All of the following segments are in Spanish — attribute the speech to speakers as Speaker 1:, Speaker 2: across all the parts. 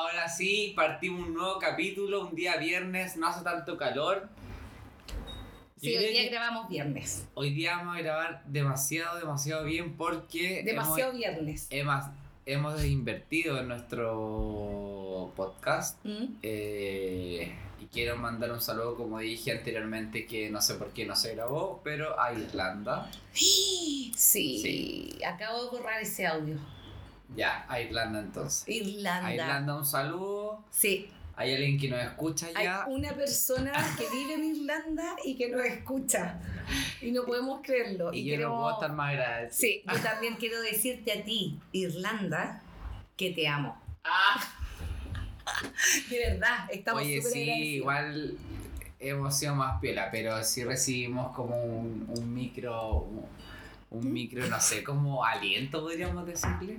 Speaker 1: weón, así partimos un nuevo capítulo, un día viernes, no hace tanto calor. Yo
Speaker 2: Sí,
Speaker 1: creo
Speaker 2: hoy día
Speaker 1: que
Speaker 2: grabamos viernes.
Speaker 1: hoy día vamos a grabar demasiado, demasiado bien porque
Speaker 2: Demasiado viernes.
Speaker 1: hemos, hemos, hemos invertido en nuestro podcast.
Speaker 2: ¿Mm?
Speaker 1: Eh, y quiero mandar un saludo, como dije anteriormente, que no sé por qué no se grabó, pero a Irlanda.
Speaker 2: Sí, acabo de borrar ese audio.
Speaker 1: Ya, a Irlanda entonces.
Speaker 2: Irlanda.
Speaker 1: A Irlanda un saludo.
Speaker 2: Sí,
Speaker 1: Hay alguien que nos escucha
Speaker 2: hay
Speaker 1: ya.
Speaker 2: una persona que vive en Irlanda y que nos escucha. Y no podemos creerlo.
Speaker 1: Y yo no puedo estar más agradecido.
Speaker 2: Sí, yo también quiero decirte a ti, Irlanda, que te amo.
Speaker 1: Ah,
Speaker 2: De verdad, estamos
Speaker 1: oye,
Speaker 2: súper
Speaker 1: sí,
Speaker 2: agradecidos.
Speaker 1: igual hemos sido más piola, pero sí recibimos como un, un micro, un, un
Speaker 2: ¿Mm?
Speaker 1: micro, no sé, como aliento podríamos decirle.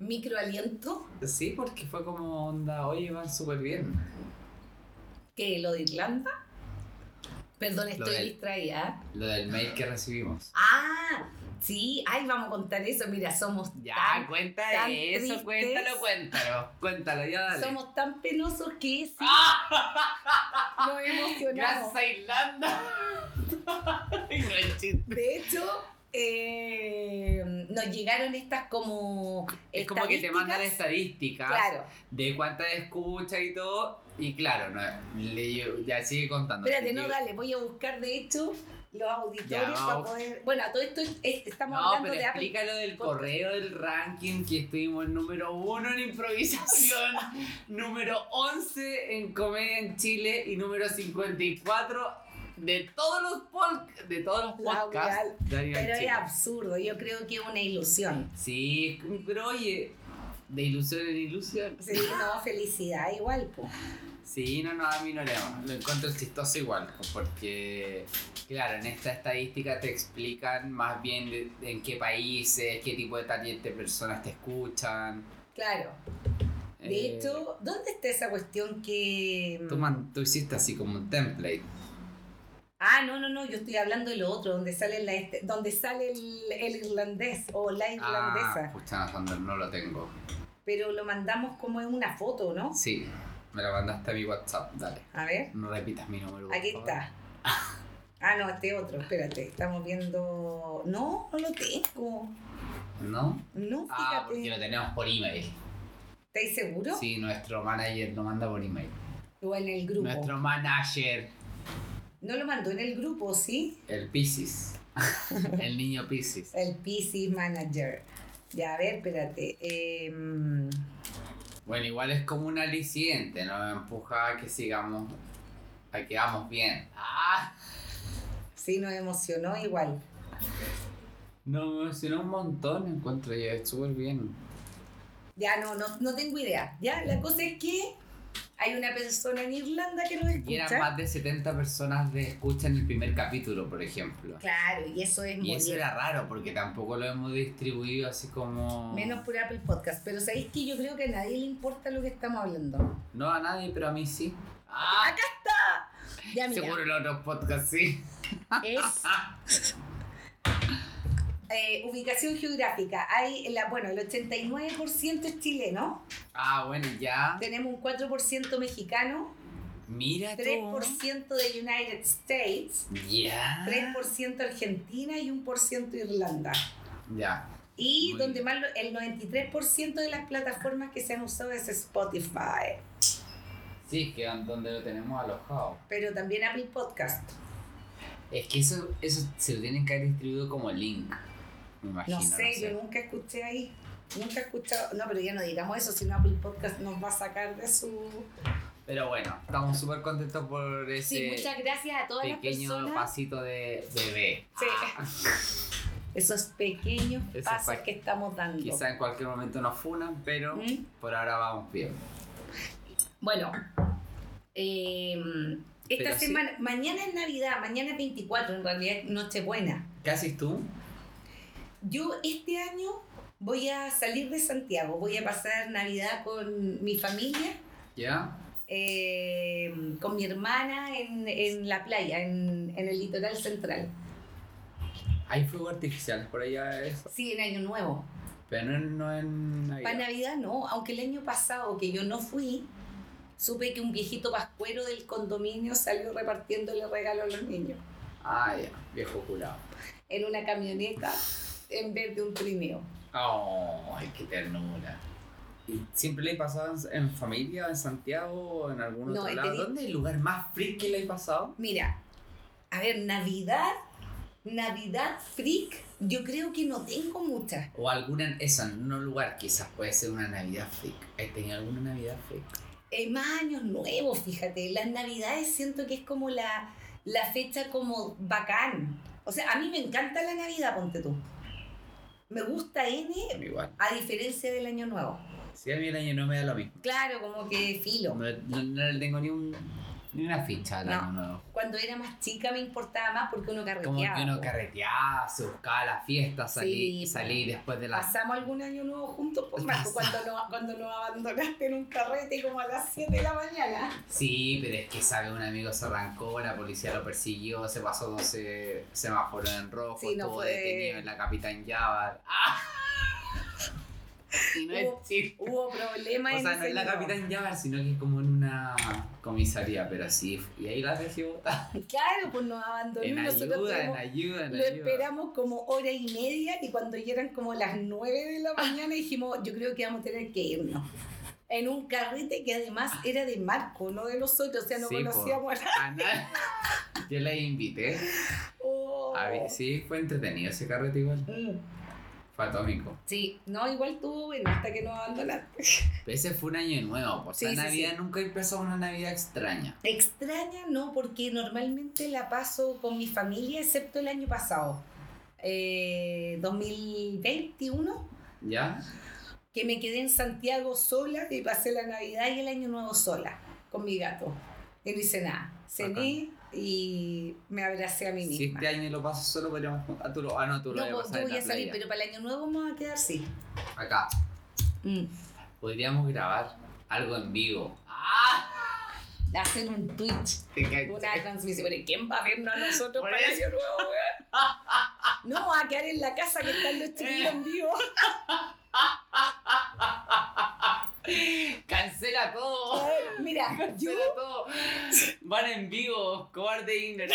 Speaker 2: Microaliento,
Speaker 1: Sí, porque fue como onda, oye, van súper bien.
Speaker 2: que lo de Irlanda. Perdón, estoy
Speaker 1: del-
Speaker 2: distraída. ¿eh?
Speaker 1: Lo del mail que recibimos.
Speaker 2: Ah, sí, ay, vamos a contar eso. Mira, somos
Speaker 1: Ya,
Speaker 2: tan,
Speaker 1: cuenta
Speaker 2: tan
Speaker 1: eso,
Speaker 2: tristes.
Speaker 1: cuéntalo, cuéntalo. Cuéntalo, ya dale.
Speaker 2: somos tan penosos que sí, nos emocionamos.
Speaker 1: Gracias a Irlanda. Ay, no es chiste.
Speaker 2: De hecho, eh, nos llegaron estas como.
Speaker 1: Es como que te mandan estadísticas
Speaker 2: estadísticas. Claro,
Speaker 1: de cuántas escuchas y todo. Y claro, no, le- ya sigue contando.
Speaker 2: espérate,
Speaker 1: Sigue-
Speaker 2: no, dale, voy a buscar de hecho los auditores
Speaker 1: Ya,
Speaker 2: para
Speaker 1: vamos.
Speaker 2: poder. Bueno, a todo esto es- es- estamos
Speaker 1: No,
Speaker 2: hablando
Speaker 1: pero
Speaker 2: de Apple.
Speaker 1: explícalo del
Speaker 2: Podcast.
Speaker 1: correo del ranking que estuvimos número uno en improvisación, número 11 en comedia en Chile y número 54 de todos los, pol- de todos los
Speaker 2: La
Speaker 1: podcasts. de Daniel
Speaker 2: Pero es
Speaker 1: Chile.
Speaker 2: absurdo, yo creo que es una ilusión.
Speaker 1: Sí, pero oye, de ilusión en ilusión.
Speaker 2: Sí, no, felicidad igual, pues.
Speaker 1: Sí, no, no, a mí no le amo. Lo encuentro chistoso igual, pues, porque, claro, en esta estadística te explican más bien de- de en qué países, qué tipo de talento de personas te escuchan.
Speaker 2: Claro. De
Speaker 1: Eh,
Speaker 2: hecho, ¿dónde está esa cuestión que... mm,
Speaker 1: tú, man- tú hiciste así como un template.
Speaker 2: Ah, no, no, no, yo estoy hablando de lo otro, donde sale, la este- donde sale el, el irlandés o la
Speaker 1: Ah,
Speaker 2: irlandesa.
Speaker 1: pucha, no, Sandra, no lo tengo.
Speaker 2: Pero lo mandamos como en una foto, ¿no?
Speaker 1: Sí, me lo mandaste a mi WhatsApp, dale.
Speaker 2: A ver,
Speaker 1: No repitas mi número. por
Speaker 2: aquí
Speaker 1: favor.
Speaker 2: está. Ah, no, este otro, espérate, estamos viendo... No, no lo tengo.
Speaker 1: ¿No?
Speaker 2: No,
Speaker 1: Ah, porque
Speaker 2: fíjate.
Speaker 1: lo tenemos por email.
Speaker 2: ¿Estáis seguros?
Speaker 1: Sí, nuestro manager lo manda por email.
Speaker 2: O en el grupo.
Speaker 1: Nuestro manager,
Speaker 2: No lo mandó en el grupo, ¿sí?
Speaker 1: el Pisces. el niño Pisces.
Speaker 2: El PC Manager. Ya, a ver, espérate. em,
Speaker 1: Bueno, igual es como un aliciente, nos empuja a que sigamos, a que vamos bien. ¡Ah!
Speaker 2: sí, nos emocionó igual.
Speaker 1: No, me emocionó un montón, encuentro yo, estuvo bien.
Speaker 2: Ya no, no, no tengo idea. Ya, la cosa es que hay una persona en Irlanda que nos
Speaker 1: Y eran
Speaker 2: escucha.
Speaker 1: más de 70 personas de escucha en el primer capítulo, por ejemplo.
Speaker 2: Claro, y eso es
Speaker 1: Y
Speaker 2: muy
Speaker 1: eso era raro, porque tampoco lo hemos distribuido así como...
Speaker 2: Menos por Apple Podcast. Pero sabéis que yo creo que a nadie le importa lo que estamos hablando.
Speaker 1: No a nadie, pero a mí sí. ¡Ah!
Speaker 2: Ya, mira,
Speaker 1: Seguro los otros podcasts sí.
Speaker 2: es eh, ubicación geográfica. Hay la, bueno, el 89% es chileno,
Speaker 1: Ah, bueno, ya.
Speaker 2: tenemos un 4% mexicano,
Speaker 1: Mira Ah, tú. Ah.
Speaker 2: 3% de United States,
Speaker 1: Ya.
Speaker 2: 3% Argentina y 1% Irlanda.
Speaker 1: Ya.
Speaker 2: Y
Speaker 1: Muy
Speaker 2: donde
Speaker 1: bien.
Speaker 2: más lo- el 93% de las plataformas que se han usado es Spotify,
Speaker 1: Sí, es que don- donde lo tenemos alojado.
Speaker 2: pero también Apple Podcast.
Speaker 1: Es que eso, eso se lo tienen que haber distribuido como link. Me imagino.
Speaker 2: No sé, yo nunca escuché ahí. Nunca he escuchado, no, pero ya no digamos eso, sino Apple Podcast nos va a sacar de su...
Speaker 1: Pero bueno, estamos súper contentos por
Speaker 2: Sí,
Speaker 1: ese
Speaker 2: muchas gracias a todas las
Speaker 1: pequeño
Speaker 2: personas.
Speaker 1: pasito de bebé. Ah,
Speaker 2: Sí. Esos pequeños
Speaker 1: Esos
Speaker 2: pasos
Speaker 1: pa-
Speaker 2: que estamos dando.
Speaker 1: Quizá en cualquier momento nos funan, pero
Speaker 2: ¿Mm?
Speaker 1: por ahora vamos bien.
Speaker 2: Bueno, em, esta
Speaker 1: Pero sí.
Speaker 2: semana, mañana es Navidad, mañana es 24, en realidad es Nochebuena.
Speaker 1: ¿Qué haces tú?
Speaker 2: Yo este año voy a salir de Santiago, voy a pasar Navidad con mi familia,
Speaker 1: ¿Ya?
Speaker 2: eh, con mi hermana en, en la playa, en, en el litoral central.
Speaker 1: ¿Hay fuegos artificiales por allá? Eso?
Speaker 2: Sí, en Año Nuevo.
Speaker 1: Pero no, en- no en Navidad.
Speaker 2: Para Navidad no, aunque el año pasado que yo no fui, supe que un viejito pascuero del condominio salió repartiéndole regalos a los niños
Speaker 1: Ah, ya, viejo curado.
Speaker 2: en una camioneta en vez de un trineo.
Speaker 1: Oh, ay, qué ternura. ¿Y siempre le he pasado en- en familia, en Santiago, o en algún
Speaker 2: No,
Speaker 1: otro
Speaker 2: he
Speaker 1: lado?
Speaker 2: tenido-
Speaker 1: ¿Dónde es el lugar más freak que le he pasado?
Speaker 2: Mira, a ver, Navidad, Navidad freak, yo creo que no tengo muchas.
Speaker 1: O alguna, esa, en un lugar quizás puede ser una Navidad freak. ¿Has tenido alguna Navidad freak?
Speaker 2: Eh, más años nuevos, fíjate. Las navidades siento que es como la, la fecha como bacán. O sea, a mí me encanta la Navidad, ponte tú. Me gusta N
Speaker 1: A mí igual.
Speaker 2: a diferencia del Año Nuevo.
Speaker 1: Si a mí el año no me da lo mismo.
Speaker 2: Claro, como que
Speaker 1: No,
Speaker 2: filo.
Speaker 1: no- no le tengo ni, un, ni una ficha al
Speaker 2: No.
Speaker 1: año nuevo.
Speaker 2: Cuando era más chica me importaba más porque uno
Speaker 1: Como
Speaker 2: carreteaba.
Speaker 1: que uno
Speaker 2: po.
Speaker 1: carreteaba, se buscaba la fiesta, salí,
Speaker 2: Sí,
Speaker 1: salí después de la...
Speaker 2: Pasamos algún año nuevo juntos, por Marco,
Speaker 1: Pasa.
Speaker 2: cuando nos cuando nos abandonaste en un carrete como a las 7 de la mañana.
Speaker 1: Sí, pero es que sabe, un amigo se arrancó, la policía lo persiguió, se pasó 12 semáforos en rojo,
Speaker 2: Sí, no
Speaker 1: estuvo
Speaker 2: fue-
Speaker 1: detenido en la Capitán Yabar. ¡Ah! Y no es
Speaker 2: Hubo-
Speaker 1: chiste.
Speaker 2: Hubo problemas
Speaker 1: O sea,
Speaker 2: en
Speaker 1: no
Speaker 2: ese
Speaker 1: es la
Speaker 2: año nuevo.
Speaker 1: Capitán Yabar, sino que es como en una comisaría, pero sí. Y ahí la dejé botar.
Speaker 2: Claro, pues nos abandonó.
Speaker 1: En
Speaker 2: y nosotros
Speaker 1: ayuda, en
Speaker 2: tuvimos-
Speaker 1: ayuda, en
Speaker 2: Lo
Speaker 1: ayuda.
Speaker 2: esperamos como hora y media y cuando ya eran como las 9 de la mañana dijimos, yo creo que vamos a tener que irnos. En un carrete que además era de Marco, no de nosotros, o sea, no
Speaker 1: Ah. Sí, po.
Speaker 2: conocíamos a
Speaker 1: Ana, Ah, yo la invité.
Speaker 2: Oh.
Speaker 1: A ver, sí, fue entretenido ese carrete igual.
Speaker 2: Mm,
Speaker 1: Fue atómico.
Speaker 2: Sí, no, igual tú, bueno, hasta que nos abandonaste.
Speaker 1: Pero ese fue un año nuevo. pues, O sea,
Speaker 2: Sí, sí,
Speaker 1: Navidad nunca empezó una Navidad extraña.
Speaker 2: Extraña, no, porque normalmente la paso con mi familia, excepto el año pasado, eh, 2021,
Speaker 1: ¿Ya?
Speaker 2: que me quedé en Santiago sola y pasé la Navidad y el Año Nuevo sola con mi gato. Y no hice nada. Cené y me abracé a mí
Speaker 1: Si
Speaker 2: misma.
Speaker 1: este año lo paso solo, podríamos juntar. Ah, tú lo, ah, no, tú lo
Speaker 2: no,
Speaker 1: vas a
Speaker 2: pues,
Speaker 1: pasar en
Speaker 2: yo voy
Speaker 1: la
Speaker 2: a salir,
Speaker 1: playa.
Speaker 2: pero para el Año Nuevo vamos a quedar así.
Speaker 1: Acá. Mm. Podríamos grabar algo en vivo. ¡Ah!
Speaker 2: Hacer un Twitch,
Speaker 1: Te cachai.
Speaker 2: una transmisión. Pero ¿quién va a vernos a nosotros
Speaker 1: Por
Speaker 2: para el
Speaker 1: eso.
Speaker 2: Año Nuevo, weón? No, vamos a quedar en la casa que están los chiquillos en vivo.
Speaker 1: ¡Cancela todo!
Speaker 2: Mira, yo
Speaker 1: ¡Cancela todo! Van en vivo, cobarde e ignorante.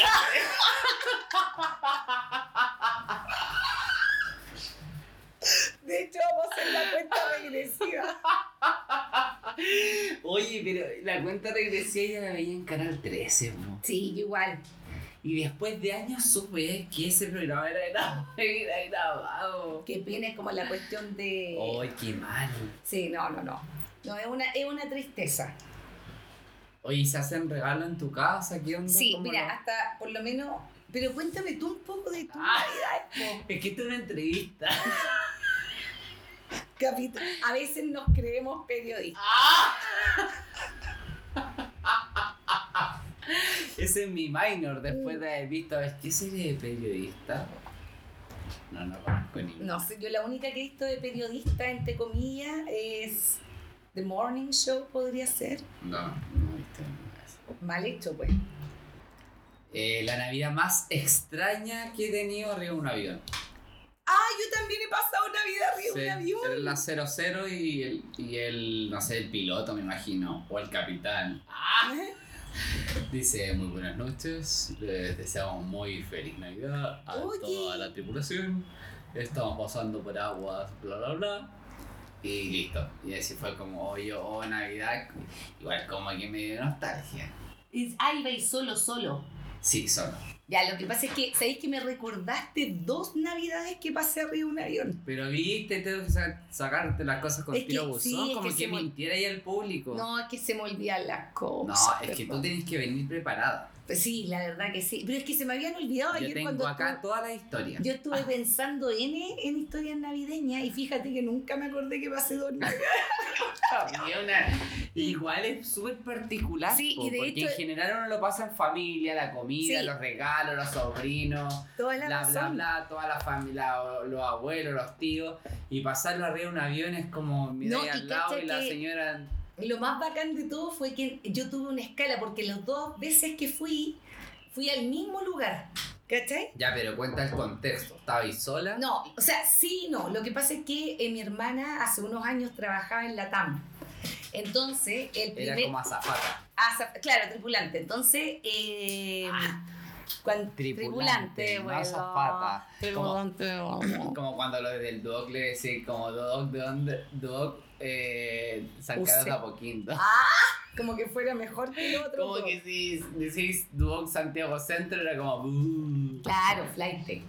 Speaker 2: de hecho vamos a hacer la cuenta regresiva.
Speaker 1: Oye, pero la cuenta regresiva ya la veía en Canal 13, po.
Speaker 2: Sí, yo igual.
Speaker 1: Y después de años supe que ese programa era grabado. Era grabado.
Speaker 2: Que viene como la cuestión de...
Speaker 1: ¡Ay, qué mal!
Speaker 2: Sí, no, no, no. No, es una, es una tristeza.
Speaker 1: Oye, ¿y ¿se hacen regalo en tu casa? ¿Qué onda?
Speaker 2: Sí,
Speaker 1: ¿Cómo
Speaker 2: mira,
Speaker 1: lo-
Speaker 2: hasta por lo menos. Pero cuéntame tú un poco de tu
Speaker 1: Ah.
Speaker 2: Navidad.
Speaker 1: Es que esto es una entrevista.
Speaker 2: po. Capito- A veces nos creemos periodistas.
Speaker 1: Ese es mi minor después de haber visto. A este. ver, ¿qué serie de periodista? No, no conozco ni.
Speaker 2: No sé, yo la única que he visto de periodista, entre comillas, es The Morning Show, podría ser.
Speaker 1: No, no he visto ninguna de esas.
Speaker 2: Mal hecho, pues.
Speaker 1: Eh, La Navidad más extraña que he tenido arriba de un avión.
Speaker 2: Ah, yo también he pasado Navidad arriba de un
Speaker 1: Sí,
Speaker 2: avión.
Speaker 1: era la 00 y el, y el, no sé, el piloto, me imagino, o el capitán. ¡Ah!
Speaker 2: ¿Eh?
Speaker 1: Dice, muy buenas noches, les deseamos muy feliz Navidad a
Speaker 2: Oye.
Speaker 1: toda la tripulación. Estamos pasando por aguas, bla, bla, bla. Y listo. Y así fue como, oye, oh, Navidad. Igual como que me dio nostalgia.
Speaker 2: Es- Ah, iba y solo, solo.
Speaker 1: Sí, solo.
Speaker 2: Ya, lo que pasa es que, ¿sabéis que me recordaste dos Navidades que pasé arriba de un avión?
Speaker 1: Pero viste, tengo que sa- sacarte las cosas con
Speaker 2: Es que
Speaker 1: tiro
Speaker 2: sí,
Speaker 1: buzón,
Speaker 2: es
Speaker 1: como
Speaker 2: que
Speaker 1: que,
Speaker 2: se me-
Speaker 1: mintiera ahí al público.
Speaker 2: No, es que se me olvidan las
Speaker 1: Oh. No,
Speaker 2: cosas.
Speaker 1: es que tú
Speaker 2: perdón.
Speaker 1: tenés que venir preparada.
Speaker 2: Pues sí, la verdad que sí. Pero es que se me habían olvidado
Speaker 1: Yo
Speaker 2: ayer
Speaker 1: tengo
Speaker 2: cuando
Speaker 1: acá
Speaker 2: estuve-
Speaker 1: toda la historia.
Speaker 2: yo estuve pensando en, en historias navideñas y fíjate que nunca me acordé que pasé dos navidades.
Speaker 1: Y una- Igual es súper particular.
Speaker 2: Sí,
Speaker 1: po,
Speaker 2: y de
Speaker 1: porque
Speaker 2: hecho-
Speaker 1: en general uno lo pasa en familia, la comida,
Speaker 2: Sí.
Speaker 1: los regalos, los sobrinos,
Speaker 2: Toda la,
Speaker 1: bla, bla,
Speaker 2: razón.
Speaker 1: bla, toda la familia, o- los abuelos, los tíos. Y pasarlo arriba de un avión es como mirar
Speaker 2: No, y
Speaker 1: al lado
Speaker 2: cacha
Speaker 1: y la
Speaker 2: que-
Speaker 1: señora.
Speaker 2: Lo más bacán de todo fue que yo tuve una escala porque las dos veces que fui, fui al mismo lugar. ¿Cachai?
Speaker 1: Ya, pero cuenta el contexto. ¿Estabais sola?
Speaker 2: No, o sea, sí, no. Lo que pasa es que eh, mi hermana hace unos años trabajaba en la TAM. Entonces, el
Speaker 1: Era
Speaker 2: primer.
Speaker 1: como azafata.
Speaker 2: Aza- claro, tripulante. Entonces, eh, cuan-
Speaker 1: Ah, Tripulante, no
Speaker 2: bueno.
Speaker 1: azafata.
Speaker 2: Tripulante, bueno.
Speaker 1: Como cuando lo del Doc le decía, como Doc, ¿de dónde? Doc, eh, San
Speaker 2: Use.
Speaker 1: Carlos de Apoquindo.
Speaker 2: Ah, como que fuera mejor que el otro.
Speaker 1: Como
Speaker 2: po.
Speaker 1: que si decís Duoc Santiago Centro era como. "Uh". "Buh".
Speaker 2: Claro, flight.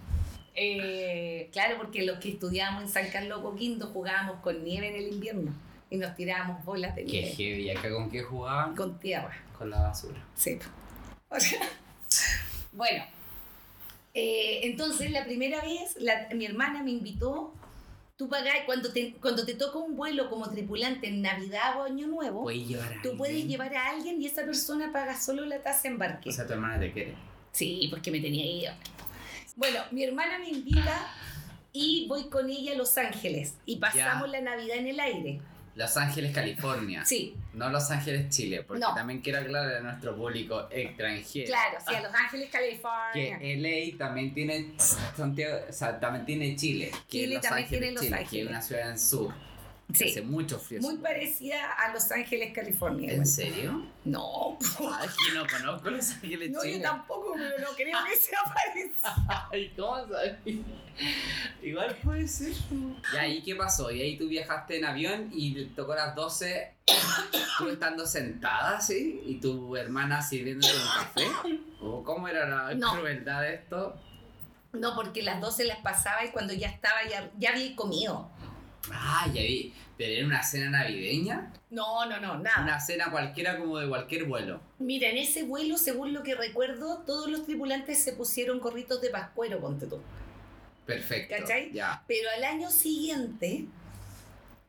Speaker 2: Eh, claro, porque los que estudiábamos en San Carlos Coquindo jugábamos con nieve en el invierno y nos tirábamos bolas de
Speaker 1: Qué
Speaker 2: nieve
Speaker 1: heavy. ¿Acá con qué jugaban?
Speaker 2: con tierra.
Speaker 1: Con la basura.
Speaker 2: Sí. O sea, bueno, eh, entonces la primera vez la- mi hermana me invitó. Tú pagás, cuando te, cuando te toca un vuelo como tripulante en Navidad o Año Nuevo,
Speaker 1: Puedes llevar a
Speaker 2: Oh, tú puedes
Speaker 1: alguien?
Speaker 2: llevar a alguien y esa persona paga solo la tasa de embarque.
Speaker 1: O sea, tu hermana te quiere.
Speaker 2: Sí, porque me tenía ido. Bueno, mi hermana me invita y voy con ella a Los Ángeles y pasamos la Navidad en el aire.
Speaker 1: Los Ángeles, California.
Speaker 2: Sí,
Speaker 1: No Los Ángeles, Chile. Porque
Speaker 2: No.
Speaker 1: también quiero aclarar a nuestro público extranjero.
Speaker 2: claro, sí,
Speaker 1: Ah.
Speaker 2: a Los Ángeles, California.
Speaker 1: Que LA también tiene Santiago, o sea, también tiene Chile. Que
Speaker 2: Chile
Speaker 1: Los
Speaker 2: también
Speaker 1: Ángeles,
Speaker 2: tiene Los
Speaker 1: Chile, Que es
Speaker 2: Ángeles.
Speaker 1: una ciudad en sur. que Hace
Speaker 2: Sí,
Speaker 1: mucho frío.
Speaker 2: muy
Speaker 1: supongo.
Speaker 2: parecida a Los Ángeles, California.
Speaker 1: ¿En
Speaker 2: igual.
Speaker 1: serio?
Speaker 2: No,
Speaker 1: Ay, que no conozco Los Ángeles,
Speaker 2: no,
Speaker 1: Chile.
Speaker 2: yo tampoco, pero no creo que sea parecido.
Speaker 1: Ay, ¿cómo sabes? Igual puede ser. ¿Y ahí qué pasó? Y ahí tú viajaste en avión y te tocó las 12, tú estando sentada, ¿sí? Y tu hermana sirviéndote un café. ¿O ¿Cómo era la
Speaker 2: No.
Speaker 1: crueldad de esto?
Speaker 2: No, porque las 12 las pasaba y cuando ya estaba, ya, ya había comido.
Speaker 1: Ah, ya vi. Pero era una cena navideña,
Speaker 2: No, no, no, nada.
Speaker 1: una cena cualquiera como de cualquier vuelo.
Speaker 2: Mira, en ese vuelo, según lo que recuerdo, todos los tripulantes se pusieron gorritos de pascuero, ponte tú.
Speaker 1: Perfecto.
Speaker 2: ¿Cachai?
Speaker 1: Ya.
Speaker 2: Pero al año siguiente,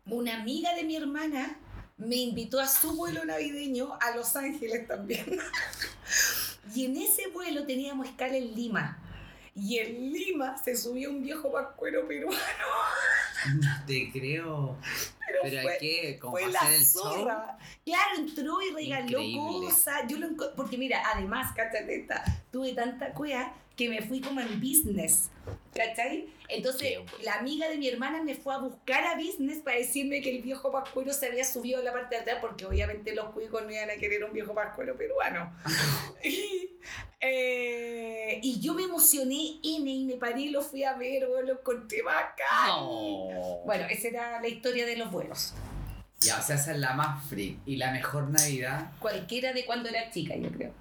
Speaker 2: una amiga de mi hermana me invitó a su vuelo navideño a Los Ángeles también. y en ese vuelo teníamos escala en Lima. Y en Lima se subió un viejo pascuero peruano.
Speaker 1: No te creo.
Speaker 2: Pero,
Speaker 1: ¿Pero a
Speaker 2: fue,
Speaker 1: qué? ¿Como
Speaker 2: fue
Speaker 1: para
Speaker 2: la
Speaker 1: hacer el show?
Speaker 2: zorra. Claro, entró y regaló
Speaker 1: Increíble.
Speaker 2: cosas. Yo lo enco- porque mira, además, cáchate esta, tuve tanta cuea que me fui como en business. ¿Cachai? Entonces,
Speaker 1: Qué bueno.
Speaker 2: la amiga de mi hermana me fue a buscar a business para decirme que el viejo pascuero se había subido a la parte de atrás, porque obviamente los cuicos no iban a querer un viejo pascuero peruano. y, eh, y yo me emocioné, N, y me paré y lo fui a ver, weón, lo encontré bacán.
Speaker 1: No.
Speaker 2: Bueno, esa era la historia de los vuelos.
Speaker 1: Ya, o sea, esa es la más free. Y la mejor Navidad.
Speaker 2: cualquiera de cuando era chica, yo creo.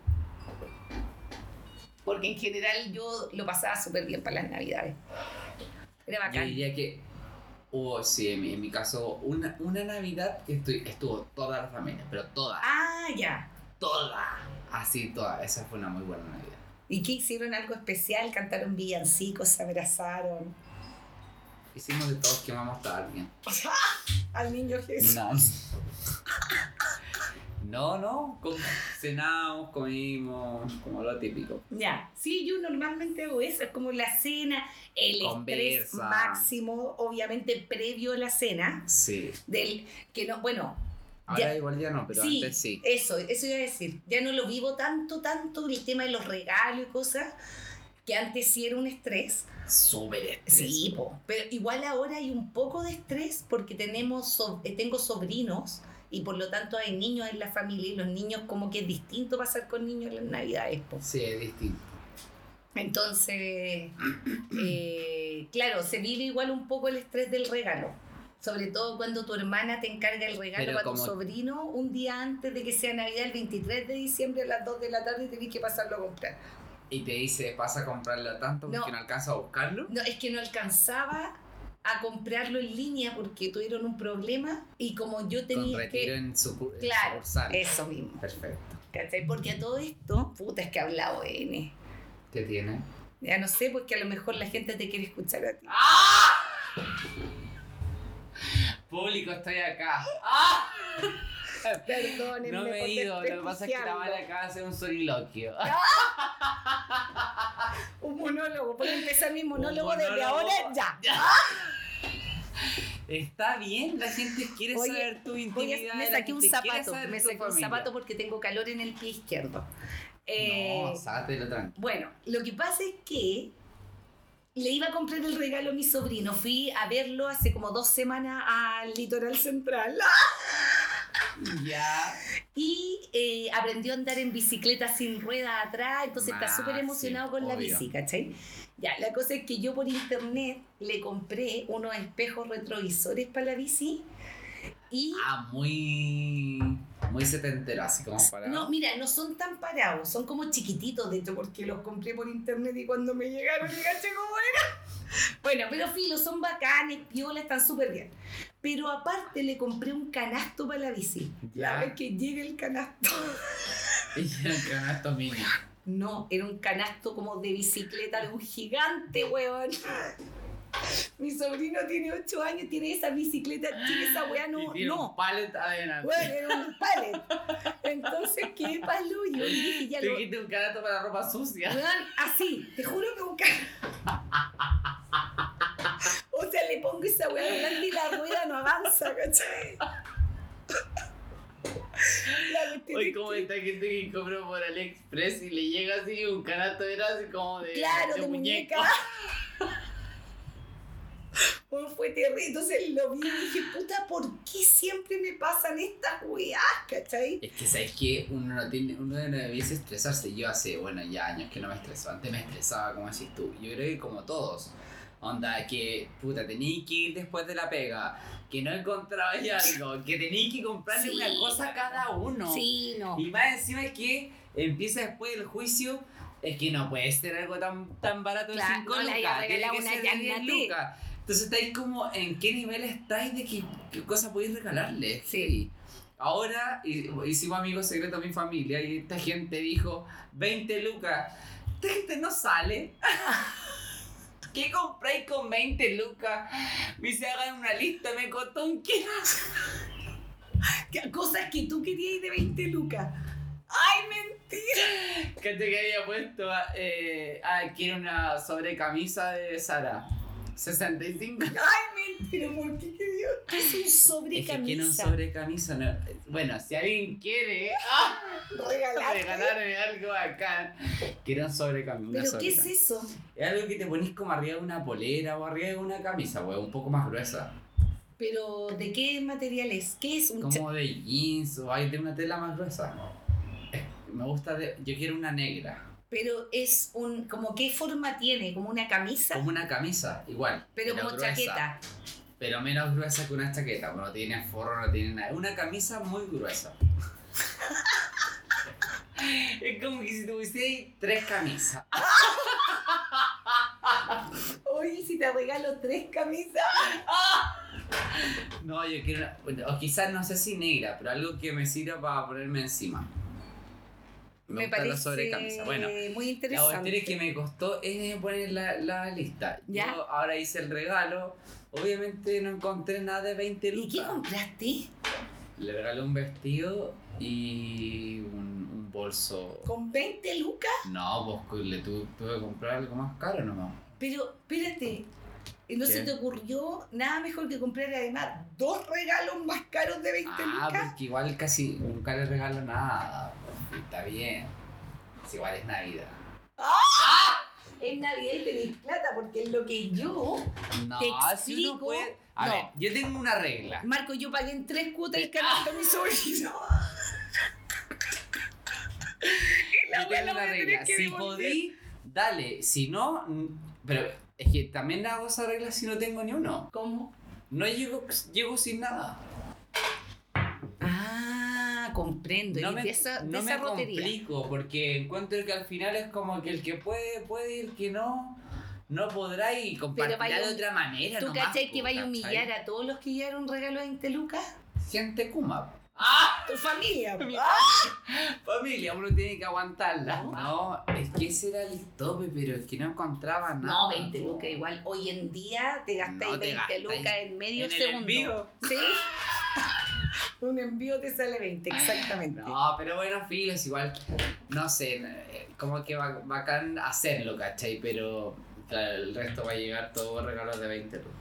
Speaker 2: Porque en general yo lo pasaba súper bien para las navidades. Era
Speaker 1: Yo
Speaker 2: bacán.
Speaker 1: diría que hubo, sí, en mi, en mi caso, una, una Navidad que estoy, estuvo toda la familia, pero toda,
Speaker 2: Ah, ya.
Speaker 1: toda. Así, toda. Esa fue una muy buena Navidad.
Speaker 2: ¿Y qué hicieron algo especial? ¿Cantaron villancicos? ¿Se abrazaron?
Speaker 1: Hicimos de todos quemamos a alguien.
Speaker 2: Al niño Jesús.
Speaker 1: No. No, no, com- cenamos, comimos, como lo típico.
Speaker 2: Ya. Sí, yo normalmente hago eso. Es como la cena, el estrés
Speaker 1: Conversa.
Speaker 2: máximo, obviamente previo a la cena.
Speaker 1: Sí.
Speaker 2: Del que no, bueno,
Speaker 1: Ahora
Speaker 2: Ya.
Speaker 1: igual ya no, pero
Speaker 2: sí,
Speaker 1: antes sí.
Speaker 2: Eso, eso iba a decir. Ya no lo vivo tanto, tanto el tema de los regalos y cosas, que antes sí era un estrés.
Speaker 1: Súper estrés.
Speaker 2: Sí, po. pero igual ahora hay un poco de estrés porque tenemos so- eh, tengo sobrinos y por lo tanto hay niños en la familia y los niños como que es distinto pasar con niños en las navidades. po.
Speaker 1: Sí, es distinto.
Speaker 2: Entonces, eh, claro, se vive igual un poco el estrés del regalo. Sobre todo cuando tu hermana te encarga el regalo
Speaker 1: Pero
Speaker 2: para
Speaker 1: como-
Speaker 2: tu sobrino un día antes de que sea Navidad, el 23 de diciembre a las 2 de la tarde, y tenés que pasarlo a comprar.
Speaker 1: Y te dice, vas a comprarlo tanto porque
Speaker 2: No.
Speaker 1: no, alcanza a buscarlo.
Speaker 2: No, es que no alcanzaba a comprarlo en línea porque tuvieron un problema y como yo
Speaker 1: Con
Speaker 2: tenía
Speaker 1: retiro
Speaker 2: que...
Speaker 1: en su
Speaker 2: Claro, Eh.
Speaker 1: sucursal.
Speaker 2: Eso mismo,
Speaker 1: Perfecto.
Speaker 2: ¿cachai? Porque a todo esto, puta, es que ha hablado N.
Speaker 1: ¿Qué tiene?
Speaker 2: Ya no sé, porque a lo mejor la gente te quiere escuchar a ti.
Speaker 1: Público, estoy acá. ¡Ah!
Speaker 2: Perdónenme
Speaker 1: No me
Speaker 2: por
Speaker 1: he ido, lo que pasa es que la
Speaker 2: desprestigiarlo.
Speaker 1: mala acaba de hacer un soliloquio.
Speaker 2: Un monólogo, puedo empezar mi monólogo,
Speaker 1: Un
Speaker 2: desde
Speaker 1: monólogo.
Speaker 2: ahora ya.
Speaker 1: Está bien, la gente quiere
Speaker 2: Oye,
Speaker 1: saber tu
Speaker 2: Voy a-
Speaker 1: intimidad.
Speaker 2: me
Speaker 1: la
Speaker 2: saqué un
Speaker 1: gente quiere
Speaker 2: zapato,
Speaker 1: saber
Speaker 2: me
Speaker 1: tu
Speaker 2: saqué un
Speaker 1: familia.
Speaker 2: zapato porque tengo calor en el pie izquierdo. Eh,
Speaker 1: no, sátelo tranquilo.
Speaker 2: bueno, lo que pasa es que le iba a comprar el regalo a mi sobrino. Fui a verlo hace como dos semanas al litoral central
Speaker 1: Ya.
Speaker 2: y eh, aprendió a andar en bicicleta sin rueda atrás, entonces
Speaker 1: Ah,
Speaker 2: está súper emocionado
Speaker 1: sí,
Speaker 2: con la
Speaker 1: obvio.
Speaker 2: bici, ¿cachai? Ya, la cosa es que yo por internet le compré unos espejos retrovisores para la bici y...
Speaker 1: Ah, muy. Muy setentero, así como para.
Speaker 2: No, mira, no son tan parados, son como chiquititos, de hecho, porque los compré por internet y cuando me llegaron, me caché cómo era. Bueno, pero filo, son bacanes, piola, están súper bien. Pero aparte le compré un canasto para la bici. La
Speaker 1: Ya.
Speaker 2: vez que llega el canasto.
Speaker 1: Y el canasto mini.
Speaker 2: No, era un canasto como de bicicleta de un gigante, weón. Mi sobrino tiene 8 años, tiene esa bicicleta, tiene esa weá, no,
Speaker 1: y tiene
Speaker 2: no.
Speaker 1: un pallet adelante.
Speaker 2: Bueno, era un palet. Entonces, ¿qué palo? Yo dije, ya
Speaker 1: Te
Speaker 2: lo,
Speaker 1: quité un canasto para ropa sucia.
Speaker 2: Weón, así, te juro que un ca- O sea, le pongo esa weá adelante y la rueda no avanza, ¿cachai? La cuestión
Speaker 1: Hoy
Speaker 2: es
Speaker 1: como
Speaker 2: que-
Speaker 1: esta gente que compró por AliExpress y le llega así un canasto era así como de,
Speaker 2: Claro,
Speaker 1: de
Speaker 2: de muñeca. Weón, fue terrible. Entonces lo vi y dije, puta, ¿por qué siempre me pasan estas weás, cachai?
Speaker 1: Es que sabes que uno no tiene, uno no debiese estresarse. Yo hace, bueno, ya años que no me estreso. Antes me estresaba, como decís tú. Yo creo que como todos. Onda, que puta, tení que ir después de la pega, que no encontrabas algo, que tení que comprarle
Speaker 2: Sí.
Speaker 1: una cosa a cada uno.
Speaker 2: Sí, no.
Speaker 1: Y más encima es que empieza después el juicio, es que no puede ser algo tan, tan barato de
Speaker 2: Claro,
Speaker 1: 5
Speaker 2: no le hayas
Speaker 1: lucas, tiene
Speaker 2: regalado
Speaker 1: que
Speaker 2: una
Speaker 1: ser de 10
Speaker 2: Yannate.
Speaker 1: lucas. Entonces estáis como, ¿en qué nivel estáis de qué, qué cosa podéis regalarle?
Speaker 2: Sí.
Speaker 1: Ahora hi- hicimos amigos secretos a mi familia y esta gente dijo, 20 lucas. Esta gente no sale. ¿Qué compráis con 20 lucas? Me hice hagan una lista, me costó un kilo.
Speaker 2: Que- Cosas que tú querías ir de 20 lucas. ¡Ay, mentira!
Speaker 1: Gente que había puesto, eh, ah, quiero una sobrecamisa de Sara. 65.
Speaker 2: ¡Ay, mentira! ¿Por qué quería? Es un
Speaker 1: Es que quiero un
Speaker 2: sobrecamisa.
Speaker 1: sobrecamisa. no. Bueno, si alguien quiere
Speaker 2: Regalarte.
Speaker 1: regalarme algo acá, quiero un sobrecamisa. una
Speaker 2: ¿Pero qué es
Speaker 1: sobrecamisa.
Speaker 2: eso?
Speaker 1: Es algo que te ponís como arriba de una polera o arriba de una camisa, weón, un poco más gruesa.
Speaker 2: ¿Pero de qué material es? ¿Qué es un cha-
Speaker 1: Como de jeans o hay de una tela más gruesa. Eh, Me gusta, de- yo quiero una negra.
Speaker 2: Pero es un... ¿Como qué forma tiene? ¿Como una camisa?
Speaker 1: Como una camisa, igual.
Speaker 2: pero como
Speaker 1: gruesa.
Speaker 2: chaqueta.
Speaker 1: pero menos gruesa que una chaqueta, no tiene forro, no tiene nada. Una camisa muy gruesa. es como que si tuviese tres camisas.
Speaker 2: Oye, si te regalo tres camisas.
Speaker 1: No, yo quiero una, o quizás no sé si negra, pero algo que me sirva para ponerme encima. Me,
Speaker 2: Me,
Speaker 1: gusta
Speaker 2: parece
Speaker 1: la sobrecamisa. Bueno,
Speaker 2: muy
Speaker 1: la cuestión
Speaker 2: interesante.
Speaker 1: es que me costó es poner la, la lista.
Speaker 2: Ya.
Speaker 1: Yo ahora hice el regalo. Obviamente no encontré nada de 20
Speaker 2: ¿Y qué
Speaker 1: lucas.
Speaker 2: compraste?
Speaker 1: Le regalé un vestido y un, un bolso.
Speaker 2: ¿Con 20 lucas?
Speaker 1: No, pues cu- le tu- tuve que comprar algo más caro nomás.
Speaker 2: Pero, espérate. ¿y ¿No se
Speaker 1: ¿Qué?
Speaker 2: te ocurrió nada mejor que comprar además dos regalos más caros de 20
Speaker 1: Ah,
Speaker 2: lucas?
Speaker 1: porque igual casi nunca le regalo nada. pues, Está bien. Es igual es Navidad. pues.
Speaker 2: En Navidad y tenés plata porque es lo que yo...
Speaker 1: No,
Speaker 2: Te
Speaker 1: si uno
Speaker 2: explico.
Speaker 1: puede. A
Speaker 2: No.
Speaker 1: ver, yo tengo una regla.
Speaker 2: Marco, yo pagué en tres cuotas el canasto
Speaker 1: Ah.
Speaker 2: a mi sobrino. Y la
Speaker 1: Yo
Speaker 2: weá
Speaker 1: tengo
Speaker 2: la
Speaker 1: una
Speaker 2: voy a tener
Speaker 1: regla.
Speaker 2: que
Speaker 1: Si
Speaker 2: devolver.
Speaker 1: podí, dale. Si no, mm, pero es que también hago esa regla si no tengo ni uno.
Speaker 2: ¿Cómo?
Speaker 1: No llego, llego sin nada.
Speaker 2: Ah, comprendo.
Speaker 1: No
Speaker 2: eres
Speaker 1: me,
Speaker 2: de esa, de
Speaker 1: no
Speaker 2: esa
Speaker 1: me
Speaker 2: rotería.
Speaker 1: complico porque encuentro que al final es como que el que puede, puede y el que no, no podrá y compartirá
Speaker 2: vaya
Speaker 1: de
Speaker 2: un-
Speaker 1: otra manera.
Speaker 2: ¿Tú
Speaker 1: nomás,
Speaker 2: cachai
Speaker 1: po,
Speaker 2: que vaya a
Speaker 1: ¿cachai?
Speaker 2: humillar a todos los que llevaron regalo a 20 lucas?
Speaker 1: Gente Kuma. ¡Ah!
Speaker 2: Tu familia.
Speaker 1: Mi
Speaker 2: ah,
Speaker 1: Familia, uno tiene que aguantarla. No, es que ese era el tope, pero es que no encontraba nada.
Speaker 2: No, 20 lucas igual. Hoy en día te gastáis
Speaker 1: No te
Speaker 2: 20
Speaker 1: gastáis
Speaker 2: lucas en medio
Speaker 1: en el
Speaker 2: segundo.
Speaker 1: envío.
Speaker 2: ¿Sí? Un envío te sale 20, exactamente.
Speaker 1: No, pero bueno, filos, igual, no sé, eh, como que va, bacán hacerlo, ¿cachai? Pero claro, el resto va a llegar todo regalos de 20 lucas.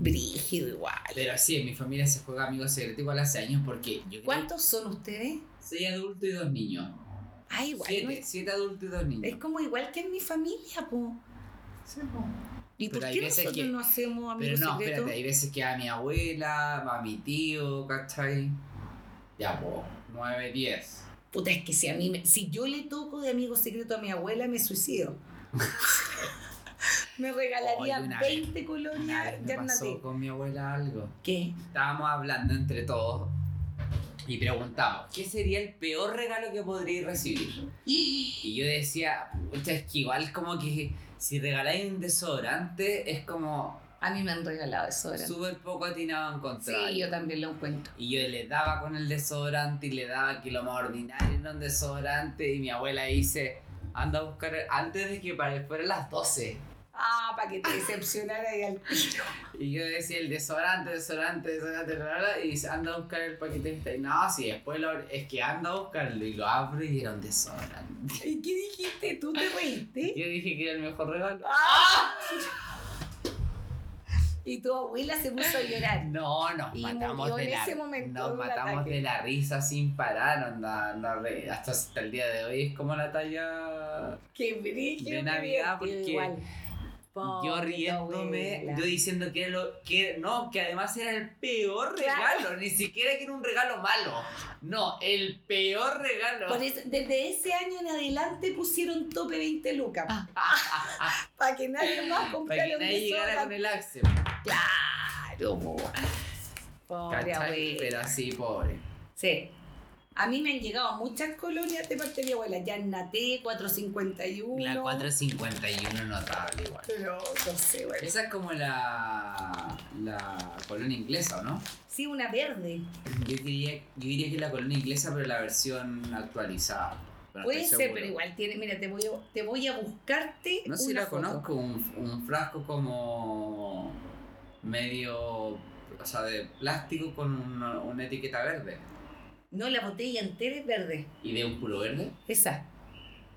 Speaker 2: Brígido igual.
Speaker 1: Pero sí, en mi familia se juega Amigos Secretos igual hace años porque yo creo
Speaker 2: ¿Cuántos son ustedes?
Speaker 1: que soy adulto y dos niños.
Speaker 2: Ah, igual. no
Speaker 1: Siete,
Speaker 2: es-
Speaker 1: siete adultos y dos niños.
Speaker 2: es como igual que en mi familia, po.
Speaker 1: Sí, po.
Speaker 2: ¿Y
Speaker 1: Pero
Speaker 2: por
Speaker 1: hay
Speaker 2: qué
Speaker 1: veces
Speaker 2: nosotros
Speaker 1: que-
Speaker 2: no hacemos
Speaker 1: Pero
Speaker 2: amigos
Speaker 1: no,
Speaker 2: secretos?
Speaker 1: espérate, hay veces que va mi abuela, va mi tío, ¿cachai? Ya, po, nueve, diez.
Speaker 2: Puta, es que si a mí me- si yo le toco de amigo secreto a mi abuela, me suicido. me regalaría
Speaker 1: Oye, una vez-
Speaker 2: 20
Speaker 1: Una vez
Speaker 2: colonias de
Speaker 1: me pasó
Speaker 2: Arnate.
Speaker 1: con mi abuela algo.
Speaker 2: ¿Qué?
Speaker 1: Estábamos hablando entre todos y preguntamos, ¿qué sería el peor regalo que podríais recibir? Y yo decía, pucha, es que igual como que si regaláis un desodorante es como
Speaker 2: A mí me han regalado eso. ahora.
Speaker 1: súper poco atinado en
Speaker 2: Sí,
Speaker 1: contra.
Speaker 2: yo también lo encuentro.
Speaker 1: Y yo le daba con el desodorante y le daba que lo más ordinario era un desodorante. Y mi abuela dice, anda a buscar antes de que para fueran las 12.
Speaker 2: Ah, para que te decepcionara y al
Speaker 1: Y yo decía, el desodorante, desodorante, desodorante, bla, bla, bla, y dice, anda a buscar el paquete. que está ahí". No, sí, después lo, abrí- es que anda a buscarlo y lo abro y era un desodorante.
Speaker 2: ¿Y qué dijiste? ¿Tú te reíste?
Speaker 1: Yo dije que era el mejor regalo.
Speaker 2: ¡Ah! Y tu abuela se puso a llorar.
Speaker 1: No, nos
Speaker 2: Y
Speaker 1: matamos
Speaker 2: murió
Speaker 1: de
Speaker 2: en
Speaker 1: la
Speaker 2: ese momento de
Speaker 1: nos
Speaker 2: un
Speaker 1: matamos
Speaker 2: ataque.
Speaker 1: de la risa sin parar, onda, onda, re- hasta, hasta el día de hoy es como la talla
Speaker 2: Qué brillo.
Speaker 1: De
Speaker 2: qué
Speaker 1: Navidad,
Speaker 2: divertido
Speaker 1: porque
Speaker 2: igual.
Speaker 1: Yo
Speaker 2: Pobre tu
Speaker 1: riéndome,
Speaker 2: abuela.
Speaker 1: yo diciendo que, era lo, que no, que además era el peor
Speaker 2: Claro.
Speaker 1: regalo, ni siquiera que era un regalo malo. No, el peor regalo.
Speaker 2: Por eso, desde ese año en adelante pusieron tope 20 lucas. Para que nadie más
Speaker 1: Para
Speaker 2: comprara
Speaker 1: que
Speaker 2: un
Speaker 1: nadie llegara con
Speaker 2: desodorante.
Speaker 1: el Axel.
Speaker 2: Claro, po. Pobre
Speaker 1: ¿cachai?
Speaker 2: abuela.
Speaker 1: Pero así, pobre.
Speaker 2: Sí. A mí me han llegado muchas colonias de parte de mi abuela. Yarnaté, 451.
Speaker 1: La 451 notable igual.
Speaker 2: Pero no sé, bueno.
Speaker 1: Esa es como la, la colonia inglesa, ¿o ¿no?
Speaker 2: Sí, una verde.
Speaker 1: Yo diría, yo diría que es la colonia inglesa, pero la versión actualizada. pero no
Speaker 2: Puede
Speaker 1: estoy
Speaker 2: ser,
Speaker 1: seguro.
Speaker 2: pero igual tiene. Mira, te voy a, te voy a buscarte.
Speaker 1: No sé si
Speaker 2: una
Speaker 1: la
Speaker 2: foto.
Speaker 1: conozco, un, un frasco como medio, o sea, de plástico con una, una etiqueta verde.
Speaker 2: No, la botella entera es verde.
Speaker 1: ¿Y de un puro verde?
Speaker 2: Esa.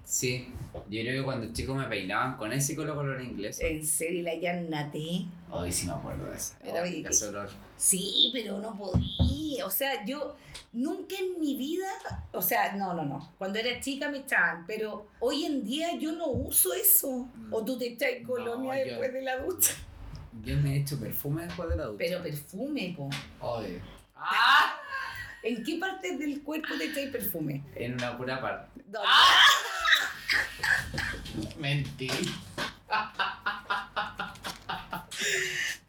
Speaker 1: Sí. Yo creo que cuando chico me peinaban con ese color color inglés.
Speaker 2: En serio, y la Yarnaté.
Speaker 1: Hoy sí me acuerdo de esa.
Speaker 2: Era
Speaker 1: Ay,
Speaker 2: muy
Speaker 1: ese olor.
Speaker 2: Sí, pero no podía. O sea, yo nunca en mi vida, o sea, no, no, no. Cuando era chica me echaban, pero hoy en día yo no uso eso. O tú te echas
Speaker 1: Mm. No,
Speaker 2: colonia
Speaker 1: yo-
Speaker 2: después de la ducha.
Speaker 1: Yo me he hecho perfume después de la ducha.
Speaker 2: Pero perfume, po.
Speaker 1: Oye. ¡Ah!
Speaker 2: ¿En qué parte del cuerpo te echas perfume? ¡Ah!
Speaker 1: En una pura parte.
Speaker 2: ¿Dónde?
Speaker 1: Mentí.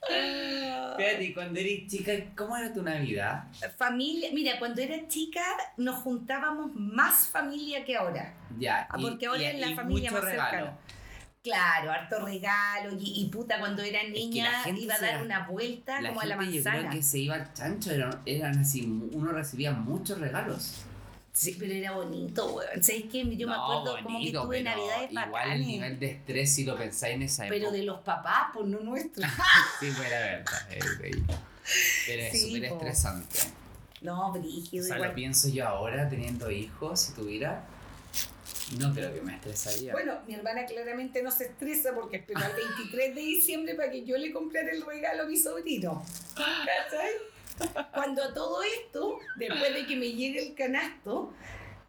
Speaker 2: Ah.
Speaker 1: Espérate, ¿y cuando eres chica, ¿cómo era tu Navidad?
Speaker 2: Familia, mira, cuando era chica nos juntábamos más familia que ahora.
Speaker 1: Ya.
Speaker 2: Ah,
Speaker 1: y-
Speaker 2: porque ahora
Speaker 1: y-
Speaker 2: es la
Speaker 1: y
Speaker 2: familia
Speaker 1: mucho
Speaker 2: más
Speaker 1: regalo.
Speaker 2: cercana. Claro, harto regalo y, y puta, cuando era niña
Speaker 1: gente
Speaker 2: iba a
Speaker 1: se
Speaker 2: dar
Speaker 1: la-
Speaker 2: una vuelta
Speaker 1: La
Speaker 2: como a
Speaker 1: gente
Speaker 2: la
Speaker 1: yo creo
Speaker 2: manzana.
Speaker 1: que se iba al chancho, eran, eran así, mu- uno recibía muchos regalos.
Speaker 2: Sí, pero era bonito, weón. ¿Sabes qué? Yo me
Speaker 1: No,
Speaker 2: acuerdo como que
Speaker 1: bonito,
Speaker 2: tuve
Speaker 1: pero
Speaker 2: navidades
Speaker 1: Igual el
Speaker 2: bacanes,
Speaker 1: nivel de estrés, si lo pensáis en esa
Speaker 2: pero
Speaker 1: época.
Speaker 2: de los papás, pues no nuestros.
Speaker 1: Sí, fue la verdad. es bello. Pero es
Speaker 2: Sí,
Speaker 1: súper
Speaker 2: po.
Speaker 1: estresante.
Speaker 2: No,
Speaker 1: O
Speaker 2: brígido,
Speaker 1: sea, lo
Speaker 2: igual.
Speaker 1: pienso yo ahora, teniendo hijos, si tuviera, no creo que me estresaría.
Speaker 2: Bueno, mi hermana claramente no se estresa porque esperó al 23 de diciembre para que yo le comprara el regalo a mi sobrino. ¿Cachai? Cuando a todo esto, después de que me llegue el canasto,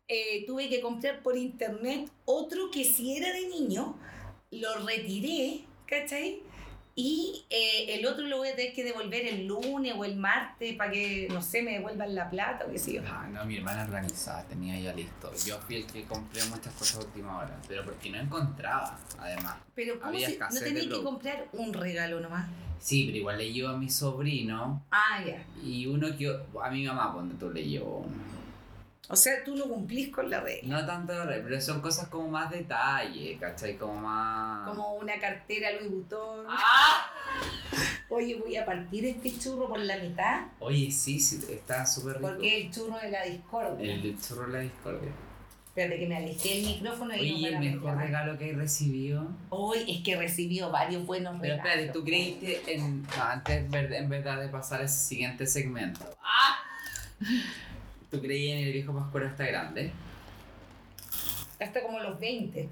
Speaker 2: eh, tuve que comprar por internet otro que si era de niño, lo retiré, ¿cachai? Y eh, el otro lo voy a tener que devolver el lunes o el martes para que, no sé, me devuelvan la plata o qué sé yo.
Speaker 1: Ah, no, mi hermana organizada, tenía ya listo. Yo fui el que compré muchas cosas a última hora, pero porque no encontraba, además.
Speaker 2: Pero ¿cómo
Speaker 1: Había
Speaker 2: si- no
Speaker 1: escasez de
Speaker 2: tenía que
Speaker 1: producto.
Speaker 2: comprar un regalo nomás?
Speaker 1: Sí, pero igual le llevo a mi sobrino
Speaker 2: Ah, ya.
Speaker 1: Y uno que a mi mamá, ponte tú, le llevo uno.
Speaker 2: O sea, tú no cumplís con la regla.
Speaker 1: No tanto, la re- pero son cosas como más detalle, ¿cachai? Como más...
Speaker 2: Como una cartera Louis Vuitton.
Speaker 1: ¡Ah!
Speaker 2: Oye, voy a partir este churro por la mitad
Speaker 1: Oye, sí, sí, está súper rico.
Speaker 2: porque es el churro de la discordia.
Speaker 1: El churro de la discordia.
Speaker 2: Espérate que me alejé el micrófono y
Speaker 1: Oye,
Speaker 2: no
Speaker 1: ¿y
Speaker 2: me
Speaker 1: el
Speaker 2: la
Speaker 1: mejor
Speaker 2: metí.
Speaker 1: regalo que he recibido.
Speaker 2: Hoy es que recibió varios buenos
Speaker 1: Pero
Speaker 2: regalos.
Speaker 1: espérate, ¿tú creíste en... no, antes, ver- en verdad, de pasar al siguiente segmento. ¡Ah! ¿Tú creías en el viejo Pascuero está grande?
Speaker 2: Hasta como los 20.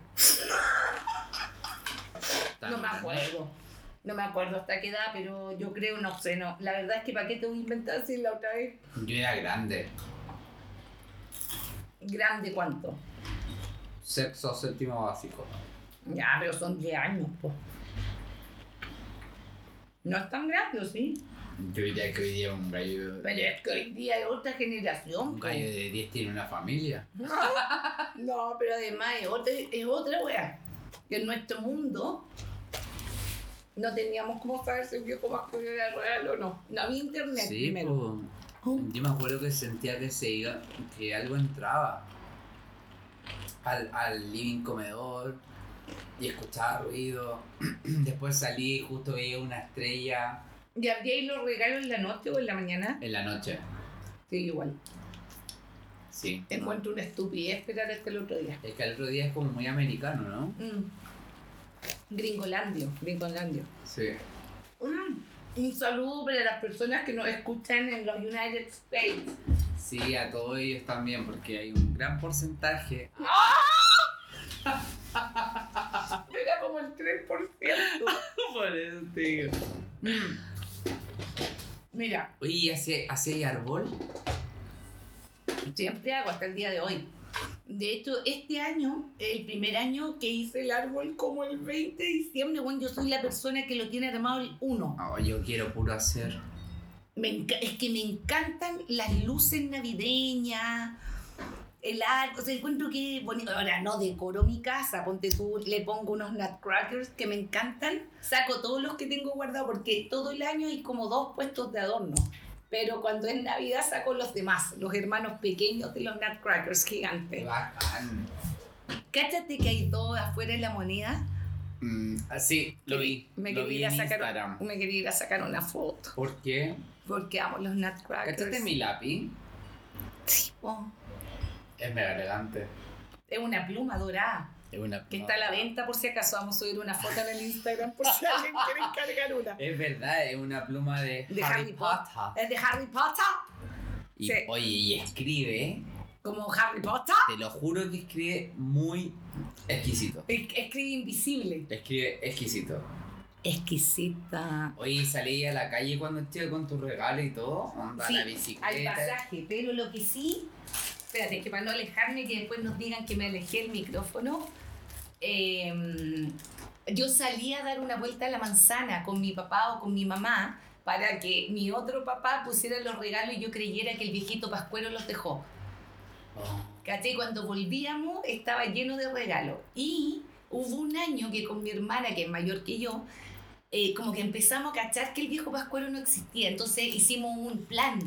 Speaker 2: No me acuerdo. No me acuerdo hasta qué edad, pero yo creo, no sé, no. La verdad es que para qué te voy a inventar si la otra vez.
Speaker 1: Yo era grande.
Speaker 2: Grande cuánto.
Speaker 1: sexto, séptimo básico.
Speaker 2: Ya, pero son 10 años, po. No es tan grande, ¿o sí?
Speaker 1: Yo diría que hoy día un gallo,
Speaker 2: Pero es que hoy día hay otra generación.
Speaker 1: un
Speaker 2: po.
Speaker 1: gallo de 10 tiene una familia.
Speaker 2: No, pero además es otra, es otra wea. Que en nuestro mundo no teníamos cómo saber si un viejo masculino era real o no. No había internet
Speaker 1: Sí,
Speaker 2: primero.
Speaker 1: po. yo me acuerdo que sentía que se iba, que algo entraba al, al living comedor y escuchaba ruido. Después salí y justo veía una estrella
Speaker 2: ¿Y abríais los regalos en la noche o en la mañana?
Speaker 1: en la noche.
Speaker 2: Sí, igual.
Speaker 1: Sí.
Speaker 2: Encuentro una estupidez esperar hasta el otro día.
Speaker 1: Es que el otro día es como muy americano, ¿no?
Speaker 2: Mm. Gringolandio, Gringolandio.
Speaker 1: Sí.
Speaker 2: Mm. Un saludo para las personas que nos escuchan en los United States.
Speaker 1: Sí, a todos ellos también, porque hay un gran porcentaje.
Speaker 2: Era como el 3%.
Speaker 1: Por eso te digo.
Speaker 2: Mm. Mira,
Speaker 1: Oye, ¿y hace, hace árbol?
Speaker 2: siempre hago hasta el día de hoy. De hecho, este año, el primer año que hice el árbol como el 20 de diciembre, bueno, yo soy la persona que lo tiene armado el 1.
Speaker 1: No, yo quiero puro hacer.
Speaker 2: Me enca- es que me encantan las luces navideñas, el arco. O sea, encuentro que bonito. Ahora no decoro mi casa, ponte tú, le pongo unos nutcrackers que me encantan. Saco todos los que tengo guardados porque todo el año hay como dos puestos de adorno. Pero cuando es Navidad saco los demás, los hermanos pequeños de los nutcrackers gigantes.
Speaker 1: Bacán.
Speaker 2: Cáchate que hay dos afuera en la moneda.
Speaker 1: Mm, ah, sí, lo vi.
Speaker 2: Me
Speaker 1: lo
Speaker 2: quería,
Speaker 1: vi
Speaker 2: ir a
Speaker 1: en
Speaker 2: sacar,
Speaker 1: Instagram.
Speaker 2: me quería ir a sacar una foto
Speaker 1: ¿Por qué?
Speaker 2: porque amo los
Speaker 1: Cáchate
Speaker 2: nutcrackers.
Speaker 1: mi lápiz.
Speaker 2: Sí, po.
Speaker 1: Es mega elegante.
Speaker 2: Es una pluma dorada.
Speaker 1: Es una
Speaker 2: Que está a la venta por si acaso. Vamos a subir una foto en el Instagram por si alguien quiere encargar una.
Speaker 1: Es verdad, es una pluma de,
Speaker 2: De
Speaker 1: Harry,
Speaker 2: Harry
Speaker 1: Potter.
Speaker 2: Es de Harry Potter.
Speaker 1: Y,
Speaker 2: Sí.
Speaker 1: Oye, y escribe,
Speaker 2: Como Harry Potter.
Speaker 1: te lo juro que escribe muy exquisito.
Speaker 2: Es- Escribe invisible.
Speaker 1: Escribe exquisito.
Speaker 2: Exquisita.
Speaker 1: Oye, salí a la calle cuando estuve con tu regalo y todo. Onda
Speaker 2: Sí,
Speaker 1: la
Speaker 2: Al
Speaker 1: bicicleta.
Speaker 2: pasaje. Pero lo que sí. Espérate, que para no alejarme, que después nos digan que me alejé el micrófono. eh, yo salí a dar una vuelta a la manzana con mi papá o con mi mamá para que mi otro papá pusiera los regalos y yo creyera que el viejito Pascuero los dejó.
Speaker 1: Oh,
Speaker 2: ¿Cachai? Cuando volvíamos estaba lleno de regalos. Y hubo un año que con mi hermana, que es mayor que yo, eh, como que empezamos a cachar que el viejo Pascuero no existía. Entonces hicimos un plan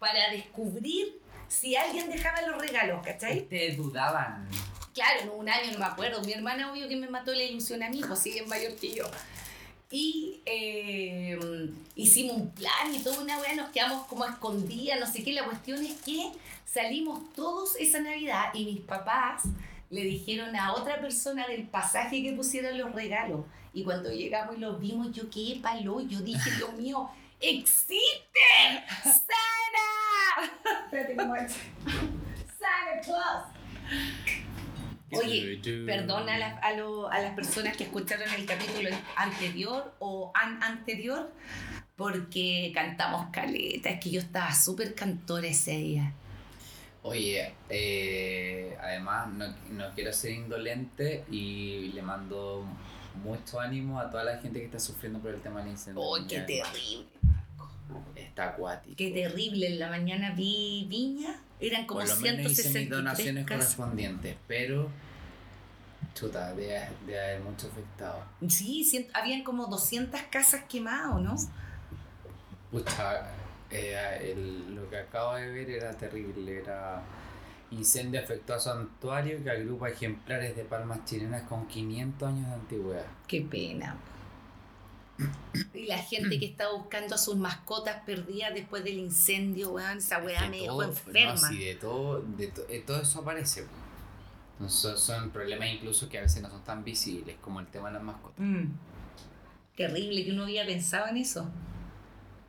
Speaker 2: para descubrir si alguien dejaba los regalos, ¿cachai?
Speaker 1: Ustedes dudaban.
Speaker 2: Claro, en un año no me acuerdo. Mi hermana, obvio que me mató la ilusión a mí, pues sí, es mayor que yo. Y eh, hicimos un plan y toda una vez nos quedamos como escondidas, no sé qué. La cuestión es que salimos todos esa Navidad y mis papás le dijeron a otra persona del pasaje que pusieran los regalos. Y cuando llegamos y los vimos, yo qué palo, yo dije, Dios mío, existe Sara. Espérate, ¿cómo es? Sara Claus. Oye, Perdona a, las- a lo- a las personas que escucharon el capítulo anterior o an anterior, porque cantamos caleta. Es que yo estaba súper cantora ese día.
Speaker 1: Oye, eh, además no, no quiero ser indolente y le mando mucho ánimo a toda la gente que está sufriendo por el tema del incendio.
Speaker 2: ¡Oh, qué
Speaker 1: Ya,
Speaker 2: terrible!
Speaker 1: Está acuático.
Speaker 2: Qué terrible. En la mañana vi Viña, eran como
Speaker 1: por lo menos hice mis
Speaker 2: 163
Speaker 1: donaciones
Speaker 2: casas.
Speaker 1: correspondientes, pero chuta, de, de haber mucho afectado.
Speaker 2: Sí, cien- habían como 200 casas quemadas, ¿o ¿no?
Speaker 1: Pucha, eh, el- lo que acabo de ver era terrible, era incendio afectó a santuario que agrupa ejemplares de palmas chilenas con 500 años de antigüedad.
Speaker 2: Qué pena. Y la gente que estaba buscando a sus mascotas perdidas después del incendio, weón, esa
Speaker 1: Es
Speaker 2: weá
Speaker 1: que
Speaker 2: me
Speaker 1: todo, pues, no,
Speaker 2: dejó enferma.
Speaker 1: sí, de todo, de to- eh, todo eso aparece. po. Entonces, son, son problemas incluso que a veces no son tan visibles, como el tema de las mascotas.
Speaker 2: Mm. Terrible que uno había pensado en eso.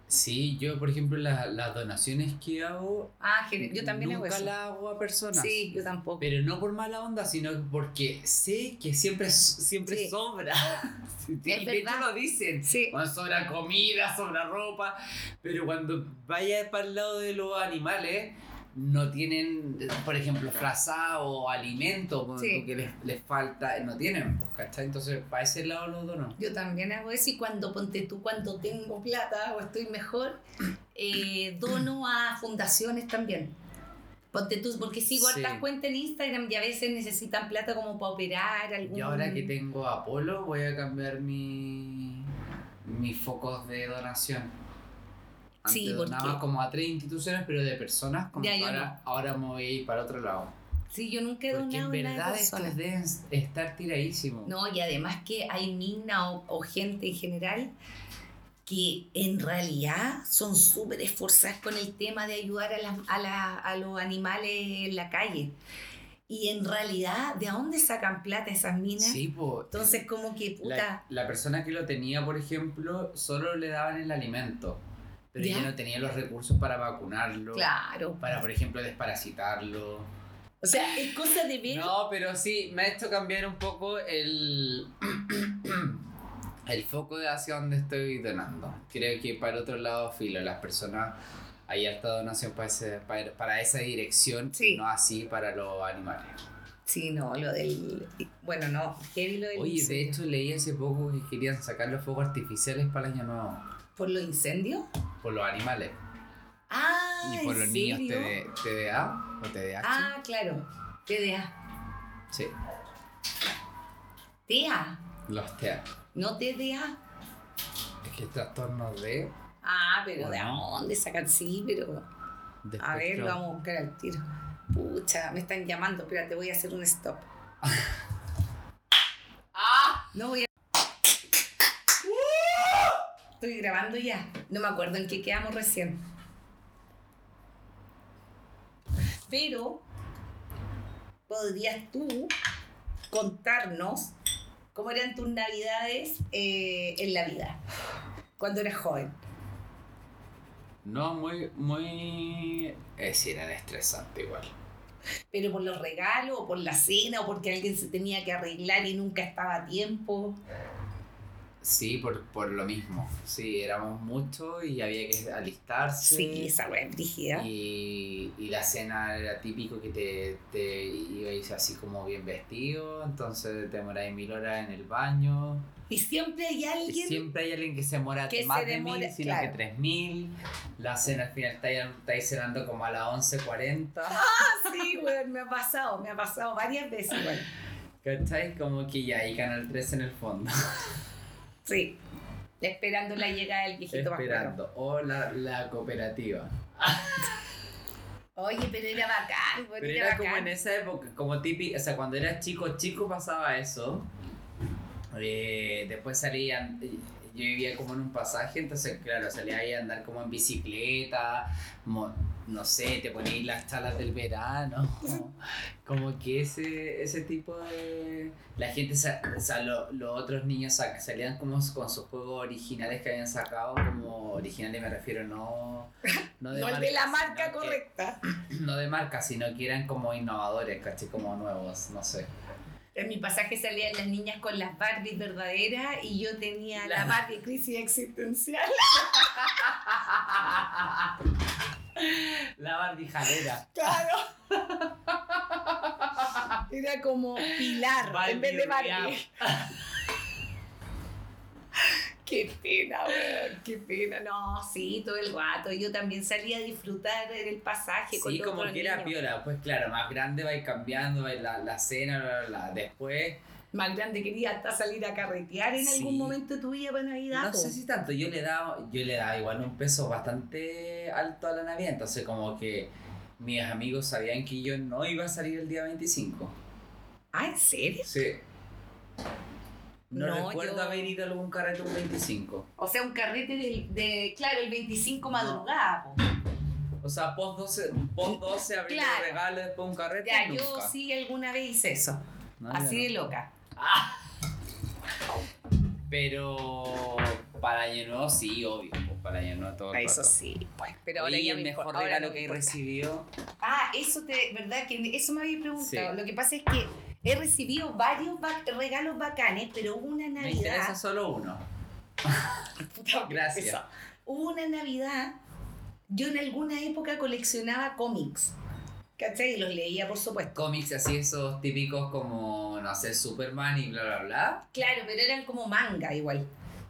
Speaker 1: Sí, yo, por ejemplo, la- las donaciones que hago,
Speaker 2: Ah, gen- yo también hago
Speaker 1: nunca
Speaker 2: eso.
Speaker 1: las hago a personas.
Speaker 2: Sí, yo tampoco.
Speaker 1: Pero no por mala onda, sino porque sé que siempre, s- siempre
Speaker 2: Sí.
Speaker 1: sobra. Sí,
Speaker 2: Es
Speaker 1: de hecho,
Speaker 2: verdad.
Speaker 1: lo dicen.
Speaker 2: Sí,
Speaker 1: Bueno, sobra comida, sobra ropa, pero cuando vaya para el lado de los animales, no tienen, por ejemplo, frazado o alimento ponte
Speaker 2: Sí.
Speaker 1: tú, que les, les falta, no tienen, pues, ¿cachai? Entonces, para ese lado los dono.
Speaker 2: Yo también hago eso y cuando ponte tú, cuando tengo plata o estoy mejor, eh, dono a fundaciones también. Ponte tú, porque sigo
Speaker 1: Sí.
Speaker 2: hartas cuentas en Instagram y a veces necesitan plata como para operar algún...
Speaker 1: Y ahora que tengo a Apolo, voy a cambiar mi, mis focos de donación. Antes
Speaker 2: Sí, porque-
Speaker 1: donaba como a tres instituciones, pero de personas, como
Speaker 2: Ya, yo
Speaker 1: ahora, ahora me voy a ir para otro lado.
Speaker 2: Sí, yo nunca he
Speaker 1: Porque en
Speaker 2: donado nada
Speaker 1: verdad
Speaker 2: de
Speaker 1: estos deben estar tiradísimos.
Speaker 2: No, y además que hay mina o, o gente en general que en realidad son súper esforzadas con el tema de ayudar a, las- a la- a los animales en la calle. Y en realidad, ¿de dónde sacan plata esas minas?
Speaker 1: Sí, pues.
Speaker 2: Entonces, como que, puta,
Speaker 1: La, la persona que lo tenía, por ejemplo, solo le daban el alimento, pero
Speaker 2: Ya.
Speaker 1: ella no tenía los recursos para vacunarlo,
Speaker 2: claro.
Speaker 1: para, por ejemplo, desparasitarlo.
Speaker 2: O sea, es cosa de ver.
Speaker 1: No, pero sí, me ha hecho cambiar un poco el, el foco de hacia dónde estoy donando. Creo que para otro lado, filo, las personas, hay harta donación para, ese- para, para esa dirección,
Speaker 2: Sí.
Speaker 1: no así para los animales.
Speaker 2: Sí, no, lo del. Bueno, no, heavy lo del.
Speaker 1: Oye, de
Speaker 2: incendio.
Speaker 1: hecho leí hace poco que querían sacar los fuegos artificiales para el año nuevo,
Speaker 2: ¿Por los incendios?
Speaker 1: por los animales.
Speaker 2: Ah,
Speaker 1: Y por
Speaker 2: ¿en
Speaker 1: los niños
Speaker 2: serio?
Speaker 1: TD TDA o TDAH.
Speaker 2: Ah, claro. TDA.
Speaker 1: Sí,
Speaker 2: TEA.
Speaker 1: los TEA.
Speaker 2: No TDA.
Speaker 1: Es que trastornos de.
Speaker 2: Ah, pero ¿de
Speaker 1: Bueno. Este
Speaker 2: dónde sacan? Sí, pero.
Speaker 1: de
Speaker 2: A ver,
Speaker 1: espectro.
Speaker 2: lo vamos a buscar al tiro. Pucha, me están llamando. Espérate, voy a hacer un stop. ¡Ah! No voy a. Estoy grabando ya. No me acuerdo en qué quedamos recién. Pero. ¿Podrías tú contarnos cómo eran tus navidades eh, en la vida? Cuando eras joven.
Speaker 1: No, muy. muy... Eh, sí, eran estresantes igual.
Speaker 2: pero por los regalos, o por la cena, o porque alguien se tenía que arreglar y nunca estaba a tiempo.
Speaker 1: Sí, por, por lo mismo. Sí, éramos muchos y había que alistarse.
Speaker 2: Sí, esa weá es brígida.
Speaker 1: Y, y la cena era típico que te, te ibais así como bien vestido, entonces te demoráis mil horas en el baño.
Speaker 2: Y siempre hay alguien.
Speaker 1: Siempre hay alguien que se demora
Speaker 2: que
Speaker 1: más
Speaker 2: se
Speaker 1: de
Speaker 2: demora,
Speaker 1: mil, sino
Speaker 2: claro.
Speaker 1: que tres mil. La cena al final estáis estáis cenando como a las 11.40.
Speaker 2: Ah, sí, weón, me ha pasado, me ha pasado varias veces, weón.
Speaker 1: ¿Cachai? Como que ya hay Canal 3 en el fondo.
Speaker 2: Sí. Esperando la llegada del viejito más
Speaker 1: esperando. O la, la cooperativa.
Speaker 2: Oye, pero era bacán, weón,
Speaker 1: Pero
Speaker 2: era,
Speaker 1: era como
Speaker 2: bacán.
Speaker 1: en esa época, como típico, o sea, cuando eras chico, chico pasaba eso. Eh, después salían, yo vivía como en un pasaje, entonces claro, salía ahí a andar como en bicicleta, mo- no sé, te ponías las chalas del verano, como que ese, ese tipo de... La gente, sa- o sea, lo- los otros niños sa- salían como con sus juegos originales que habían sacado, como originales me refiero, no...
Speaker 2: No el de la
Speaker 1: marca,
Speaker 2: marca
Speaker 1: sino que-
Speaker 2: correcta.
Speaker 1: no de marca, sino que eran como innovadores, ¿cachai? Como nuevos, no sé.
Speaker 2: En mi pasaje salían las niñas con las Barbies verdaderas y yo tenía la,
Speaker 1: La-
Speaker 2: Barbie crisis existencial.
Speaker 1: La barbijalera.
Speaker 2: Claro. Era como Pilar en vez de
Speaker 1: Barbie
Speaker 2: Barbie. Qué pena, weón, qué pena. No, sí, todo el rato. Yo también salía a disfrutar en el pasaje con
Speaker 1: Sí,
Speaker 2: los
Speaker 1: como
Speaker 2: otros
Speaker 1: que era
Speaker 2: niños.
Speaker 1: piola. Pues claro, más grande vais cambiando, vais la, la cena, bla, bla, bla. Después,
Speaker 2: Más grande quería hasta salir a carretear en
Speaker 1: Sí.
Speaker 2: algún momento de tu vida para Navidad.
Speaker 1: no
Speaker 2: po.
Speaker 1: sé si tanto, yo le daba, yo le daba igual un peso bastante alto a la Navidad, entonces como que mis amigos sabían que yo no iba a salir el día 25.
Speaker 2: Ah, ¿en serio?
Speaker 1: Sí. No,
Speaker 2: No,
Speaker 1: recuerdo
Speaker 2: yo-
Speaker 1: haber ido a algún carrete un 25.
Speaker 2: O sea, un carrete del- de, claro, el 25 madrugada. po.
Speaker 1: O sea, post 12, post 12 abrir
Speaker 2: Claro.
Speaker 1: un regalo, después un carrete.
Speaker 2: Ya,
Speaker 1: nunca.
Speaker 2: yo sí alguna vez hice eso.
Speaker 1: No, yo
Speaker 2: así de
Speaker 1: no.
Speaker 2: loca.
Speaker 1: Ah. Pero para Año Nuevo sí, obvio. pues, Para Año Nuevo todo el
Speaker 2: Eso
Speaker 1: rato.
Speaker 2: sí, pues. Pero ahora
Speaker 1: Oye,
Speaker 2: ya
Speaker 1: el
Speaker 2: me
Speaker 1: mejor
Speaker 2: importa, ahora
Speaker 1: regalo
Speaker 2: no
Speaker 1: que
Speaker 2: me
Speaker 1: he
Speaker 2: importa.
Speaker 1: recibido.
Speaker 2: Ah, eso te, ¿verdad? Que eso me había preguntado.
Speaker 1: Sí.
Speaker 2: Lo que pasa es que he recibido varios ba- regalos bacanes, pero hubo una
Speaker 1: Me interesa
Speaker 2: Navidad.
Speaker 1: solo uno.
Speaker 2: Puta,
Speaker 1: Gracias.
Speaker 2: eso. Hubo una Navidad. Yo en alguna época coleccionaba cómics. ¿Cachai? Y los leía, por supuesto.
Speaker 1: Cómics así, esos típicos como, no sé, Superman y bla, bla, bla.
Speaker 2: Claro, pero eran como manga igual.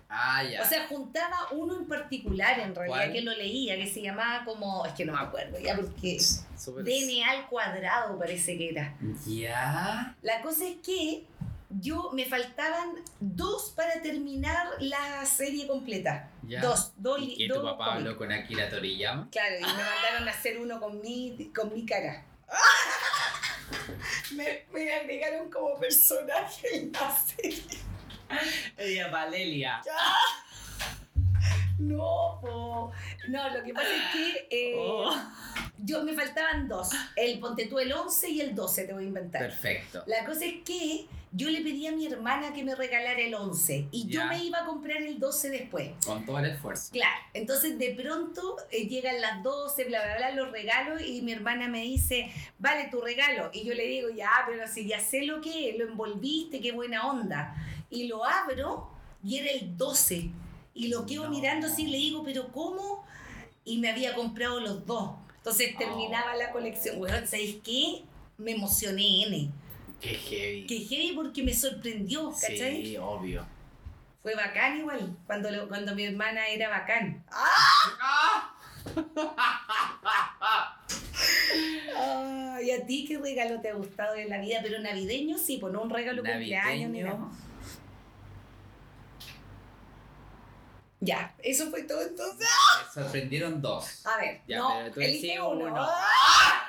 Speaker 1: Ah, ya.
Speaker 2: O sea, juntaba uno en particular en realidad
Speaker 1: ¿Cuál?
Speaker 2: que lo leía, que se llamaba como, es que no me acuerdo ya, porque
Speaker 1: Súper-
Speaker 2: DNA al cuadrado parece que era.
Speaker 1: Ya.
Speaker 2: La cosa es que yo me faltaban dos para terminar la serie completa.
Speaker 1: ya.
Speaker 2: Dos, dos,
Speaker 1: ¿Y
Speaker 2: li-
Speaker 1: que
Speaker 2: dos
Speaker 1: tu papá
Speaker 2: cómics.
Speaker 1: habló con Akira Toriyama?
Speaker 2: Claro, y me mandaron a hacer uno con mi, con mi cara. Me, me agregaron como personaje en la serie.
Speaker 1: Ella, Valeria.
Speaker 2: No, po. no, lo que pasa es que eh,
Speaker 1: Oh.
Speaker 2: yo me faltaban dos. El ponte tú el 11 y el 12, te voy a inventar.
Speaker 1: Perfecto.
Speaker 2: La cosa es que yo le pedí a mi hermana que me regalara el 11 y
Speaker 1: Ya.
Speaker 2: yo me iba a comprar el 12 después.
Speaker 1: Con todo el esfuerzo.
Speaker 2: Claro, entonces de pronto eh, llegan las 12, bla, bla, bla, los regalos y mi hermana me dice, vale tu regalo. Y yo le digo, ya, pero si ya sé lo que es, lo envolviste, qué buena onda. Y lo abro y era el 12. Y lo quedo
Speaker 1: No.
Speaker 2: mirando así y le digo, pero ¿cómo? Y me había comprado los dos. Entonces terminaba la colección. Bueno, ¿sabéis qué? Me emocioné, N.
Speaker 1: Qué heavy.
Speaker 2: Que heavy porque me sorprendió, ¿cachai?
Speaker 1: Sí, obvio.
Speaker 2: Fue bacán igual, cuando, lo- cuando mi hermana era bacán. Ah, ¿Y a ti qué regalo te ha gustado en la vida? Pero navideño sí, pues no un regalo cumpleaños ni nada.
Speaker 1: Navideño.
Speaker 2: Ya, eso fue todo entonces.
Speaker 1: Me sorprendieron dos.
Speaker 2: A ver,
Speaker 1: Ya,
Speaker 2: no,
Speaker 1: pero tú
Speaker 2: elige
Speaker 1: elige
Speaker 2: uno.
Speaker 1: uno.
Speaker 2: Ah,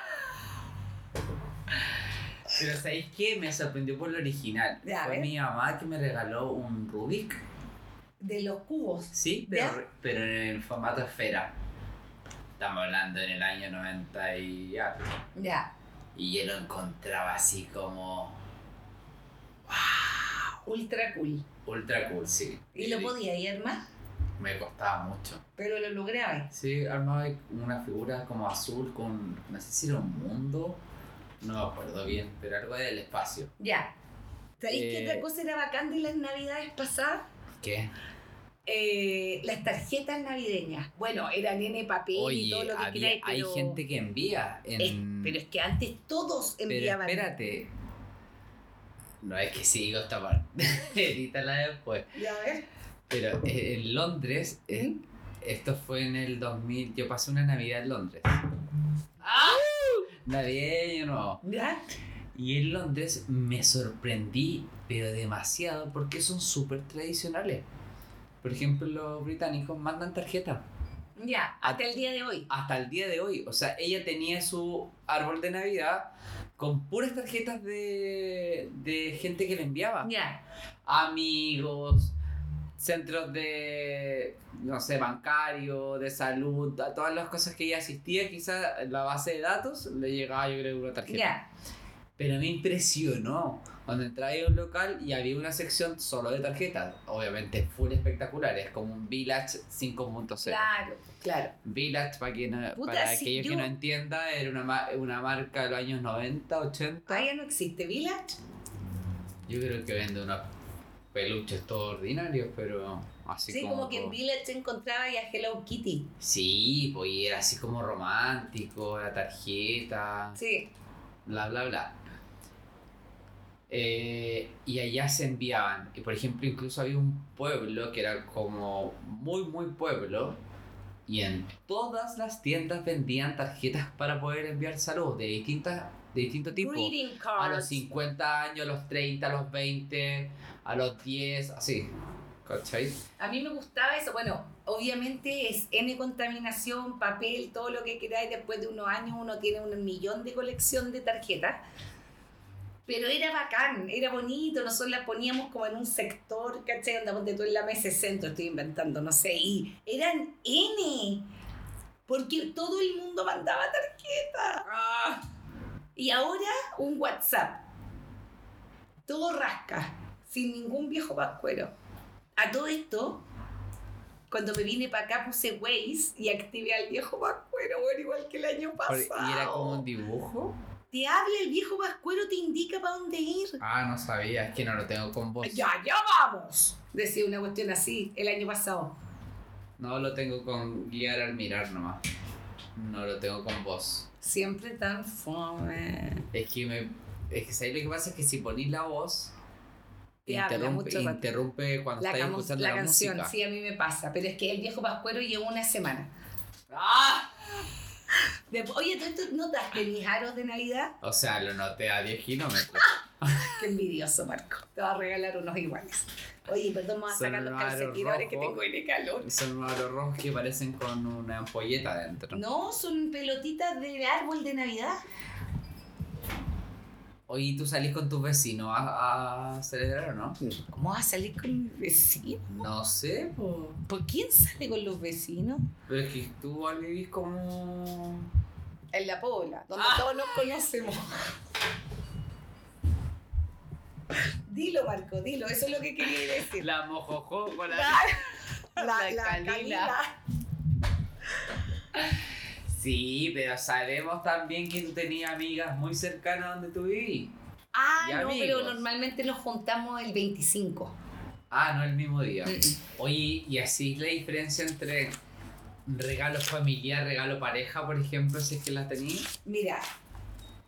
Speaker 1: Pero ¿sabéis qué? Me sorprendió por lo original.
Speaker 2: Ya, a
Speaker 1: Fue
Speaker 2: ver.
Speaker 1: mi mamá que me regaló un Rubik.
Speaker 2: De los cubos.
Speaker 1: Sí,
Speaker 2: Ya.
Speaker 1: pero, pero en el formato esfera. Estamos hablando en el año 90 y algo.
Speaker 2: Ya,
Speaker 1: Y yo lo encontraba así como
Speaker 2: ultra cool.
Speaker 1: ultra cool, sí.
Speaker 2: Y lo podía ir más,
Speaker 1: Me costaba mucho.
Speaker 2: pero lo lograba.
Speaker 1: Sí, armaba una figura como azul con, no sé si era un mundo, no me acuerdo bien, pero algo del espacio.
Speaker 2: Ya. ¿Sabéis qué
Speaker 1: Eh.
Speaker 2: otra cosa era bacán de las navidades pasadas?
Speaker 1: ¿Qué?
Speaker 2: Eh, las tarjetas navideñas. Bueno, eran en papel y todo
Speaker 1: Oye,
Speaker 2: lo que
Speaker 1: había-
Speaker 2: queráis,
Speaker 1: hay
Speaker 2: pero-
Speaker 1: gente que envía
Speaker 2: Es-
Speaker 1: en...
Speaker 2: pero es que antes todos
Speaker 1: Pero
Speaker 2: enviaban.
Speaker 1: espérate. No es que sigo esta parte. Edítala después.
Speaker 2: Ya, a ver.
Speaker 1: Pero eh, en Londres, eh,
Speaker 2: ¿Mm?
Speaker 1: esto fue en el 2000. Yo pasé una Navidad en Londres. ¡Ah! Navideño no.
Speaker 2: ¿Ya?
Speaker 1: Y en Londres me sorprendí, pero demasiado, porque son súper tradicionales. Por ejemplo, los británicos mandan tarjeta.
Speaker 2: Ya,
Speaker 1: Ah.
Speaker 2: hasta el día de hoy.
Speaker 1: Hasta el día de hoy. O sea, ella tenía su árbol de Navidad con puras tarjetas de, de gente que le enviaba.
Speaker 2: Ya,
Speaker 1: amigos, centros de, no sé, bancario, de salud, a todas las cosas que ella asistía, quizá la base de datos le llegaba yo creo una tarjeta.
Speaker 2: ya.
Speaker 1: Pero me impresionó cuando entré a un local y había una sección solo de tarjetas, obviamente full espectacular, es como un Village 5.0.
Speaker 2: Claro, claro.
Speaker 1: Village, para, quien no-
Speaker 2: Puta,
Speaker 1: para
Speaker 2: sí,
Speaker 1: aquellos
Speaker 2: yo-
Speaker 1: que no entienda, era una, ma- una marca de los años 90, 80.
Speaker 2: Todavía no existe Village.
Speaker 1: Yo creo que vende unos peluches todos ordinarios, pero así
Speaker 2: Sí, como, que en
Speaker 1: po-
Speaker 2: Village encontraba ya Hello Kitty.
Speaker 1: Sí, pues y era así como romántico, la tarjeta,
Speaker 2: Sí.
Speaker 1: bla, bla, bla. Eh, y allá se enviaban. Y por ejemplo, incluso había un pueblo que era como muy, muy pueblo. Y en todas las tiendas vendían tarjetas para poder enviar saludos de, distintas, de distinto tipo. Ah,
Speaker 2: Greeting
Speaker 1: A
Speaker 2: cards.
Speaker 1: los 50 años, a los 30, a los 20, a los 10, así. ¿Cachai?
Speaker 2: A mí me gustaba eso. Bueno, obviamente es N contaminación, papel, todo lo que queráis. Después de unos años uno tiene un millón de colección de tarjetas. Pero era bacán, era bonito. Nosotros las poníamos como en un sector, ¿cachai? Onda, ponte tú en la mesa centro, estoy inventando, no sé. Y eran N. Porque todo el mundo mandaba tarjetas.
Speaker 1: Ah.
Speaker 2: Y ahora un WhatsApp. Todo rasca, sin ningún viejo pascuero. A todo esto, cuando me vine para acá puse Waze y activé al viejo pascuero, bueno, igual que el año
Speaker 1: Por-
Speaker 2: pasado.
Speaker 1: ¿Y era como un dibujo?
Speaker 2: Te habla el viejo pascuero, te indica para dónde ir.
Speaker 1: Ah, no sabía, es que no lo tengo con voz.
Speaker 2: Ya, ya vamos. Decía una cuestión así el año pasado.
Speaker 1: No lo tengo con guiar al mirar nomás. No lo tengo con voz.
Speaker 2: Siempre tan fome.
Speaker 1: Es que me. Es que ¿sabes lo que pasa es que si ponís la voz.
Speaker 2: Te habla
Speaker 1: interrumpe,
Speaker 2: mucho rato.
Speaker 1: interrumpe cuando
Speaker 2: La,
Speaker 1: estás
Speaker 2: camu-
Speaker 1: escuchando
Speaker 2: la
Speaker 1: la,
Speaker 2: canción,
Speaker 1: música.
Speaker 2: sí, a mí me pasa. Pero es que el viejo Pascuero llevó una semana.
Speaker 1: ¡Ah!
Speaker 2: De- Oye, ¿tú, tú notaste mis aros de Navidad?
Speaker 1: O sea, lo noté a 10 kilómetros.
Speaker 2: Qué envidioso, Marco. Te voy a regalar unos iguales. Oye, perdón, me voy a
Speaker 1: Son
Speaker 2: sacar los
Speaker 1: unos aros
Speaker 2: calcetines ahora que
Speaker 1: rojos.
Speaker 2: tengo en el calor.
Speaker 1: Son unos aros rojos que parecen con una ampolleta adentro.
Speaker 2: No, son pelotitas de árbol de Navidad.
Speaker 1: Oye, ¿tú salís con tus vecinos a, a celebrar o no?
Speaker 2: ¿Cómo vas a salir con mis vecinos?
Speaker 1: No sé, po.
Speaker 2: ¿Por quién sale con los vecinos?
Speaker 1: pero es que tú igual vivís como.
Speaker 2: En la Pobla, donde
Speaker 1: Ah.
Speaker 2: todos nos conocemos. Dilo, Marco, dilo. Eso es lo que quería decir.
Speaker 1: La mojojo con
Speaker 2: La-
Speaker 1: la Calila. Sí, pero sabemos también que tú tenías amigas muy cercanas donde tú vivís.
Speaker 2: Ah,
Speaker 1: Y
Speaker 2: no, pero
Speaker 1: amigos.
Speaker 2: normalmente nos juntamos el 25.
Speaker 1: Ah, no el mismo día. Oye, y así es la diferencia entre regalo familiar, regalo pareja, por ejemplo, si es que la tenías.
Speaker 2: Mira,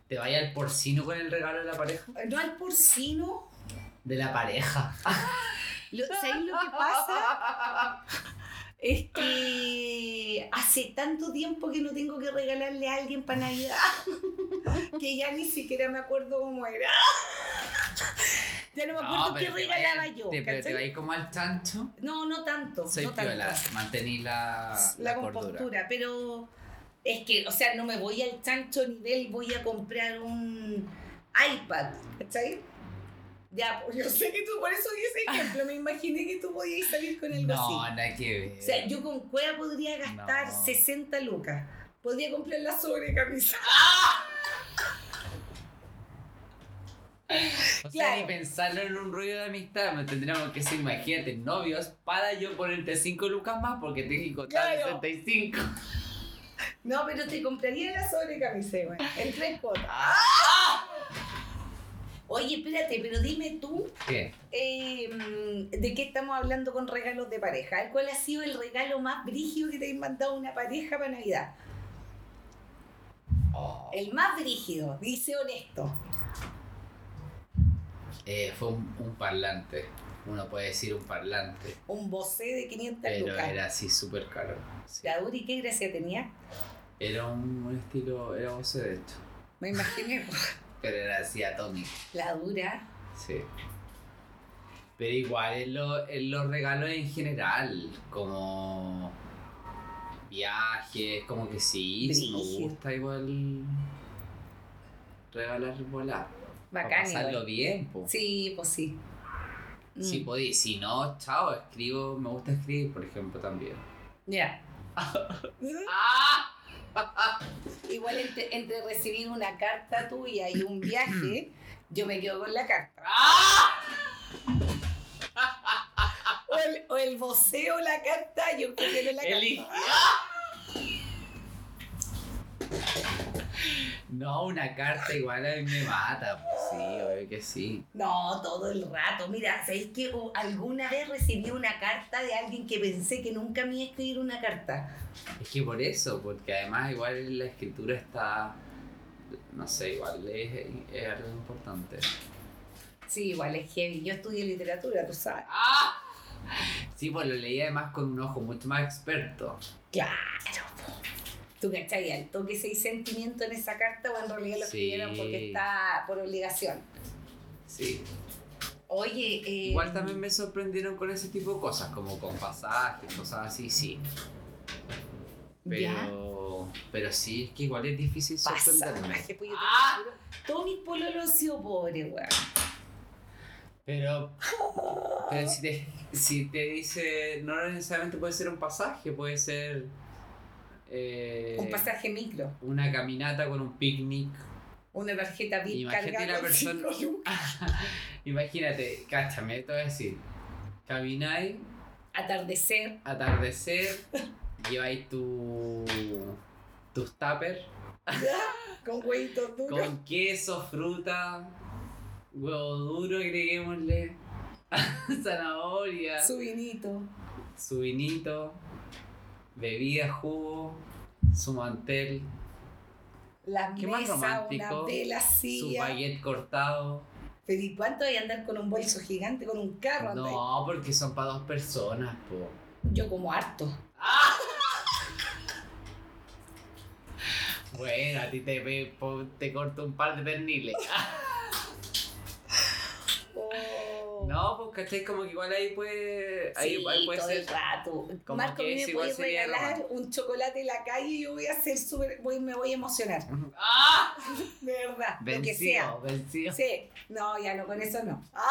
Speaker 1: ¿Te vaya al porcino con el regalo de la pareja?
Speaker 2: no al porcino.
Speaker 1: De la pareja.
Speaker 2: Lo, ¿Sabes lo que pasa? Es que hace tanto tiempo que no tengo que regalarle a alguien para Navidad que ya ni siquiera me acuerdo cómo era. Ya no me acuerdo
Speaker 1: pero
Speaker 2: qué
Speaker 1: te
Speaker 2: regalaba
Speaker 1: vaya-
Speaker 2: yo.
Speaker 1: Te, pero
Speaker 2: ¿cachai?
Speaker 1: te va a ir como al tanto.
Speaker 2: No, no tanto.
Speaker 1: Soy
Speaker 2: no tanto.
Speaker 1: piola, mantení la,
Speaker 2: la,
Speaker 1: la cordura.
Speaker 2: compostura, pero es que, o sea, no me voy al chancho nivel, voy a comprar un iPad, ¿cachai? Ya, pues, yo sé que tú, por eso di ese ejemplo, me imaginé que tú podías salir con algo así.
Speaker 1: No, nada que ver.
Speaker 2: O sea, yo con cueva podría gastar
Speaker 1: No.
Speaker 2: 60 lucas. Podría comprar la sobrecamisa.
Speaker 1: O sea, ni
Speaker 2: Claro.
Speaker 1: pensarlo en un ruido de amistad, me tendríamos que ser, imagínate, novios, para yo ponerte 5 lucas más porque te dije contar
Speaker 2: Claro.
Speaker 1: 65.
Speaker 2: No, pero te compraría la sobrecamisa, güey. En tres cuotas.
Speaker 1: Ah.
Speaker 2: Oye, espérate, pero dime tú,
Speaker 1: ¿Qué?
Speaker 2: eh, ¿de qué estamos hablando con regalos de pareja? ¿Cuál ha sido el regalo más brígido que te ha mandado una pareja para Navidad?
Speaker 1: Oh,
Speaker 2: El más brígido, dice honesto.
Speaker 1: eh, fue un, un parlante. Uno puede decir un parlante,
Speaker 2: Un bocé de 500
Speaker 1: pero
Speaker 2: lucas.
Speaker 1: era así súper caro. sí.
Speaker 2: La Uri, ¿qué gracia tenía?
Speaker 1: Era un, un estilo, era un de hecho.
Speaker 2: Me imaginé.
Speaker 1: Pero era así atómico.
Speaker 2: La dura.
Speaker 1: Sí. Pero igual en, lo- en los regalos en general, como viajes, como que sí, sí me
Speaker 2: Brígido.
Speaker 1: gusta igual regalar volar. para
Speaker 2: Bacán,
Speaker 1: pasarlo
Speaker 2: igual.
Speaker 1: bien, po.
Speaker 2: Sí, pues sí. Mm.
Speaker 1: Si podí, si no, chao, escribo, me gusta escribir, por ejemplo, también.
Speaker 2: Ya. Igual entre, entre recibir una carta tuya y un viaje, yo me quedo con la carta. O el, o el voceo, la carta, yo prefiero la
Speaker 1: Elige.
Speaker 2: carta.
Speaker 1: No, una carta igual a mí me mata, pues sí, obvio que sí.
Speaker 2: No, todo el rato. Mira, ¿sabéis que o- alguna vez recibí una carta de alguien que pensé que nunca me iba a escribir una carta?
Speaker 1: Es que por eso, porque además igual la escritura está, no sé, igual es, es algo importante.
Speaker 2: Sí, igual es heavy. Yo estudié literatura, tú sabes.
Speaker 1: ¡Ah! Sí, pues lo leí además con un ojo mucho más experto.
Speaker 2: Claro. po. Tú cachai, al toque seis sentimientos en esa carta o en realidad lo
Speaker 1: Sí.
Speaker 2: escribieron porque está por obligación.
Speaker 1: Sí.
Speaker 2: Oye, eh,
Speaker 1: Igual también me sorprendieron con ese tipo de cosas, como con pasajes, cosas así, sí.
Speaker 2: ya,
Speaker 1: Pero, pero sí, es que igual es difícil
Speaker 2: pasa.
Speaker 1: sorprenderme.
Speaker 2: Ay, pues yo te
Speaker 1: Ah.
Speaker 2: juro, Todos mis pololos han sido pobres, weón.
Speaker 1: Pero, pero si, te, si te dice, no necesariamente puede ser un pasaje, puede ser... eh,
Speaker 2: Un pasaje micro,
Speaker 1: una caminata con un picnic.
Speaker 2: una tarjeta VIP
Speaker 1: Imagínate
Speaker 2: cargada
Speaker 1: la
Speaker 2: con
Speaker 1: persona.
Speaker 2: cinco lucas.
Speaker 1: Imagínate, cáchame, te voy a decir. Camináis,
Speaker 2: Atardecer,
Speaker 1: atardecer, lleváis tu, tus tuppers
Speaker 2: con huevitos duros.
Speaker 1: con queso, fruta, huevo duro, agreguémosle, zanahoria,
Speaker 2: Su vinito.
Speaker 1: su vinito, bebida, jugo, su mantel,
Speaker 2: La
Speaker 1: Qué más
Speaker 2: mesa, una
Speaker 1: romántico.
Speaker 2: vela,
Speaker 1: su
Speaker 2: silla.
Speaker 1: baguette cortado.
Speaker 2: Pero ¿y cuánto hay andar con un bolso gigante, con un carro? andáis?
Speaker 1: No, porque son para dos personas, po.
Speaker 2: Yo como harto.
Speaker 1: Bueno, a ti te, pe- po- te corto un par de perniles.
Speaker 2: Oh.
Speaker 1: No, pues ¿cachai? Como que igual ahí puede. Ahí,
Speaker 2: Sí,
Speaker 1: ahí puede
Speaker 2: todo el
Speaker 1: ser.
Speaker 2: rato.
Speaker 1: como
Speaker 2: Marco, a
Speaker 1: que
Speaker 2: mí
Speaker 1: es
Speaker 2: me
Speaker 1: igual
Speaker 2: puedes
Speaker 1: sería
Speaker 2: regalar un chocolate en la calle y yo voy a ser súper, voy, me voy a emocionar,
Speaker 1: ¡Ah!
Speaker 2: de verdad, lo que sea.
Speaker 1: Vencido, vencido.
Speaker 2: Sí, no, ya no, con eso no. ¡Ah!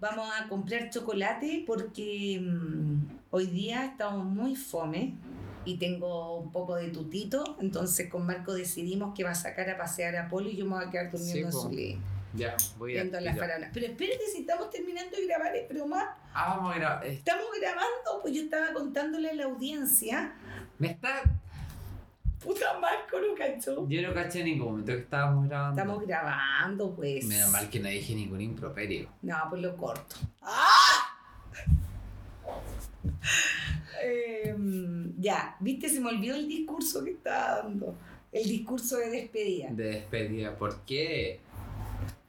Speaker 2: Vamos a comprar chocolate porque mm, hoy día estamos muy fome y tengo un poco de tutito, entonces con Marco decidimos que va a sacar a pasear a Polo y yo me voy a quedar
Speaker 1: Sí,
Speaker 2: durmiendo
Speaker 1: po.
Speaker 2: en su living,
Speaker 1: Ya, voy a.
Speaker 2: viendo las
Speaker 1: ya.
Speaker 2: farándula. Pero espérate, si estamos terminando de grabar, es broma.
Speaker 1: Ah, vamos a grabar. Eh,
Speaker 2: Estamos grabando, pues yo estaba contándole a la audiencia.
Speaker 1: Me está.
Speaker 2: Puta Marco, no cachó.
Speaker 1: Yo no caché en ningún momento que estábamos grabando.
Speaker 2: Estamos grabando, pues.
Speaker 1: Menos mal que no dije ningún improperio.
Speaker 2: No, pues lo corto. ¡Ah! Em, ya, viste, se me olvidó el discurso que estaba dando. El discurso de despedida.
Speaker 1: De despedida, ¿por qué?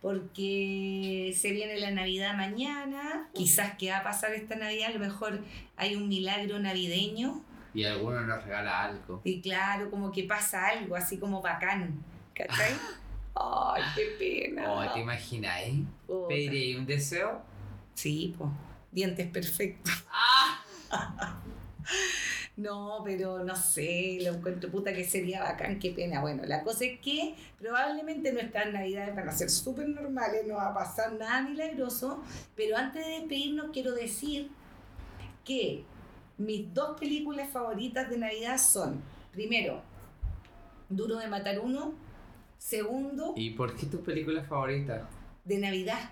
Speaker 2: Porque se viene la Navidad mañana. Quizás que va a pasar esta Navidad, a lo mejor hay un milagro navideño.
Speaker 1: Y alguno nos regala algo.
Speaker 2: Y claro, como que pasa algo, así como bacán. ¿Cachai? Ay, qué pena.
Speaker 1: Oh, ¿te imaginas, eh?
Speaker 2: Puta.
Speaker 1: ¿Pediría un deseo?
Speaker 2: Sí, pues. Dientes perfectos.
Speaker 1: ¡Ah!
Speaker 2: No, pero no sé, lo encuentro puta que sería bacán, qué pena. Bueno, la cosa es que probablemente nuestras navidades van a ser súper normales, no va a pasar nada milagroso, pero antes de despedirnos quiero decir que mis dos películas favoritas de Navidad son, primero, Duro de Matar Uno, segundo,
Speaker 1: ¿Y por qué tu película favorita?
Speaker 2: de Navidad.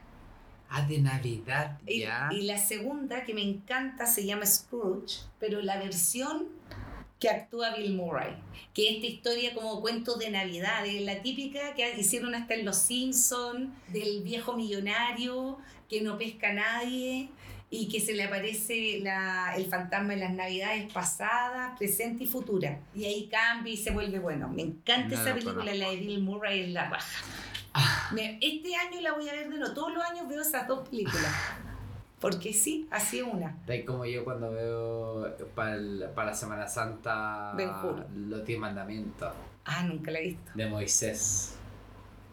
Speaker 1: Ah, de Navidad,
Speaker 2: Y,
Speaker 1: ya.
Speaker 2: y la segunda que me encanta se llama Scrooge, pero la versión que actúa Bill Murray, que esta historia como cuentos de Navidad, es la típica que hicieron hasta en Los Simpson, del viejo millonario que no pesca a nadie y que se le aparece la- el fantasma en las Navidades pasadas, presente y futura. Y ahí cambia y se vuelve bueno. Me encanta
Speaker 1: No
Speaker 2: esa
Speaker 1: la
Speaker 2: película, la de Bill Murray es la raja. Me- Este año la voy a ver de nuevo, todos los años veo esas dos películas. Porque sí, así una.
Speaker 1: Está ahí como yo cuando veo para la Semana Santa
Speaker 2: Ben Hur.
Speaker 1: los 10 mandamientos
Speaker 2: Ah, nunca la he visto.
Speaker 1: de Moisés.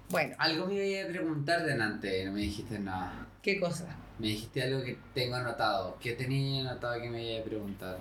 Speaker 2: Bueno,
Speaker 1: Algo me iba a preguntar delante, no me dijiste nada.
Speaker 2: ¿qué cosa?
Speaker 1: Me dijiste algo que tengo anotado. ¿Qué tenía anotado que me iba a preguntar?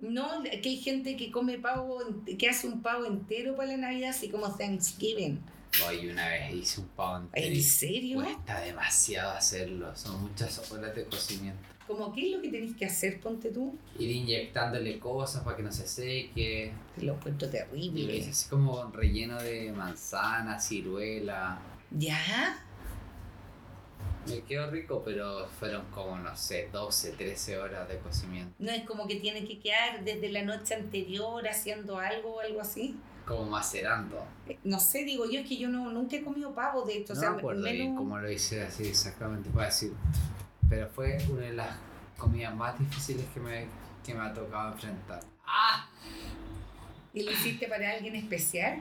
Speaker 2: No, que hay gente que come pavo, ent- que hace un pavo entero para la Navidad, así como Thanksgiving.
Speaker 1: Hoy una vez hice un pavo entero.
Speaker 2: ¿En
Speaker 1: y
Speaker 2: serio?
Speaker 1: Cuesta demasiado hacerlo, son muchas horas de cocimiento.
Speaker 2: Como, ¿qué es lo que tenés que hacer, ponte tú?
Speaker 1: Ir inyectándole cosas para que no se seque.
Speaker 2: Te lo encuentro
Speaker 1: Y lo hice
Speaker 2: terrible.
Speaker 1: así como con relleno de manzana, ciruela.
Speaker 2: ¿Ya?
Speaker 1: Me quedó rico, pero fueron como, no sé, 12, 13 horas de cocimiento.
Speaker 2: No es como que tiene que quedar desde la noche anterior haciendo algo o algo así.
Speaker 1: Como macerando.
Speaker 2: Eh, No sé, digo yo, es que yo no, nunca he comido pavo, de hecho.
Speaker 1: no
Speaker 2: o sea,
Speaker 1: me acuerdo bien
Speaker 2: menos-
Speaker 1: cómo lo hice así exactamente para decir. Pero fue una de las comidas más difíciles que me, que me ha tocado enfrentar. ¡Ah!
Speaker 2: ¿Y lo hiciste para alguien especial?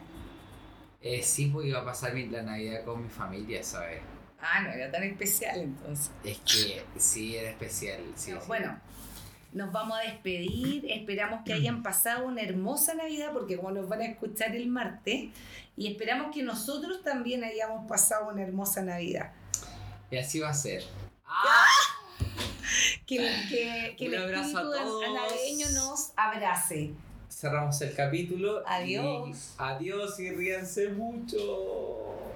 Speaker 1: Eh, sí, porque iba a pasar mi- la Navidad con mi familia, ¿sabes?
Speaker 2: Ah, no era tan especial entonces.
Speaker 1: Es que sí, era especial. Sí,
Speaker 2: No,
Speaker 1: sí.
Speaker 2: Bueno, nos vamos a despedir. Esperamos que hayan pasado una hermosa Navidad, porque como nos van a escuchar el martes, y esperamos que nosotros también hayamos pasado una hermosa Navidad.
Speaker 1: Y así va a ser. Ah,
Speaker 2: Que, que, que el
Speaker 1: Un abrazo
Speaker 2: espíritu
Speaker 1: a todos.
Speaker 2: navideño nos abrace.
Speaker 1: Cerramos el capítulo. y
Speaker 2: Adiós.
Speaker 1: adiós y ríanse mucho.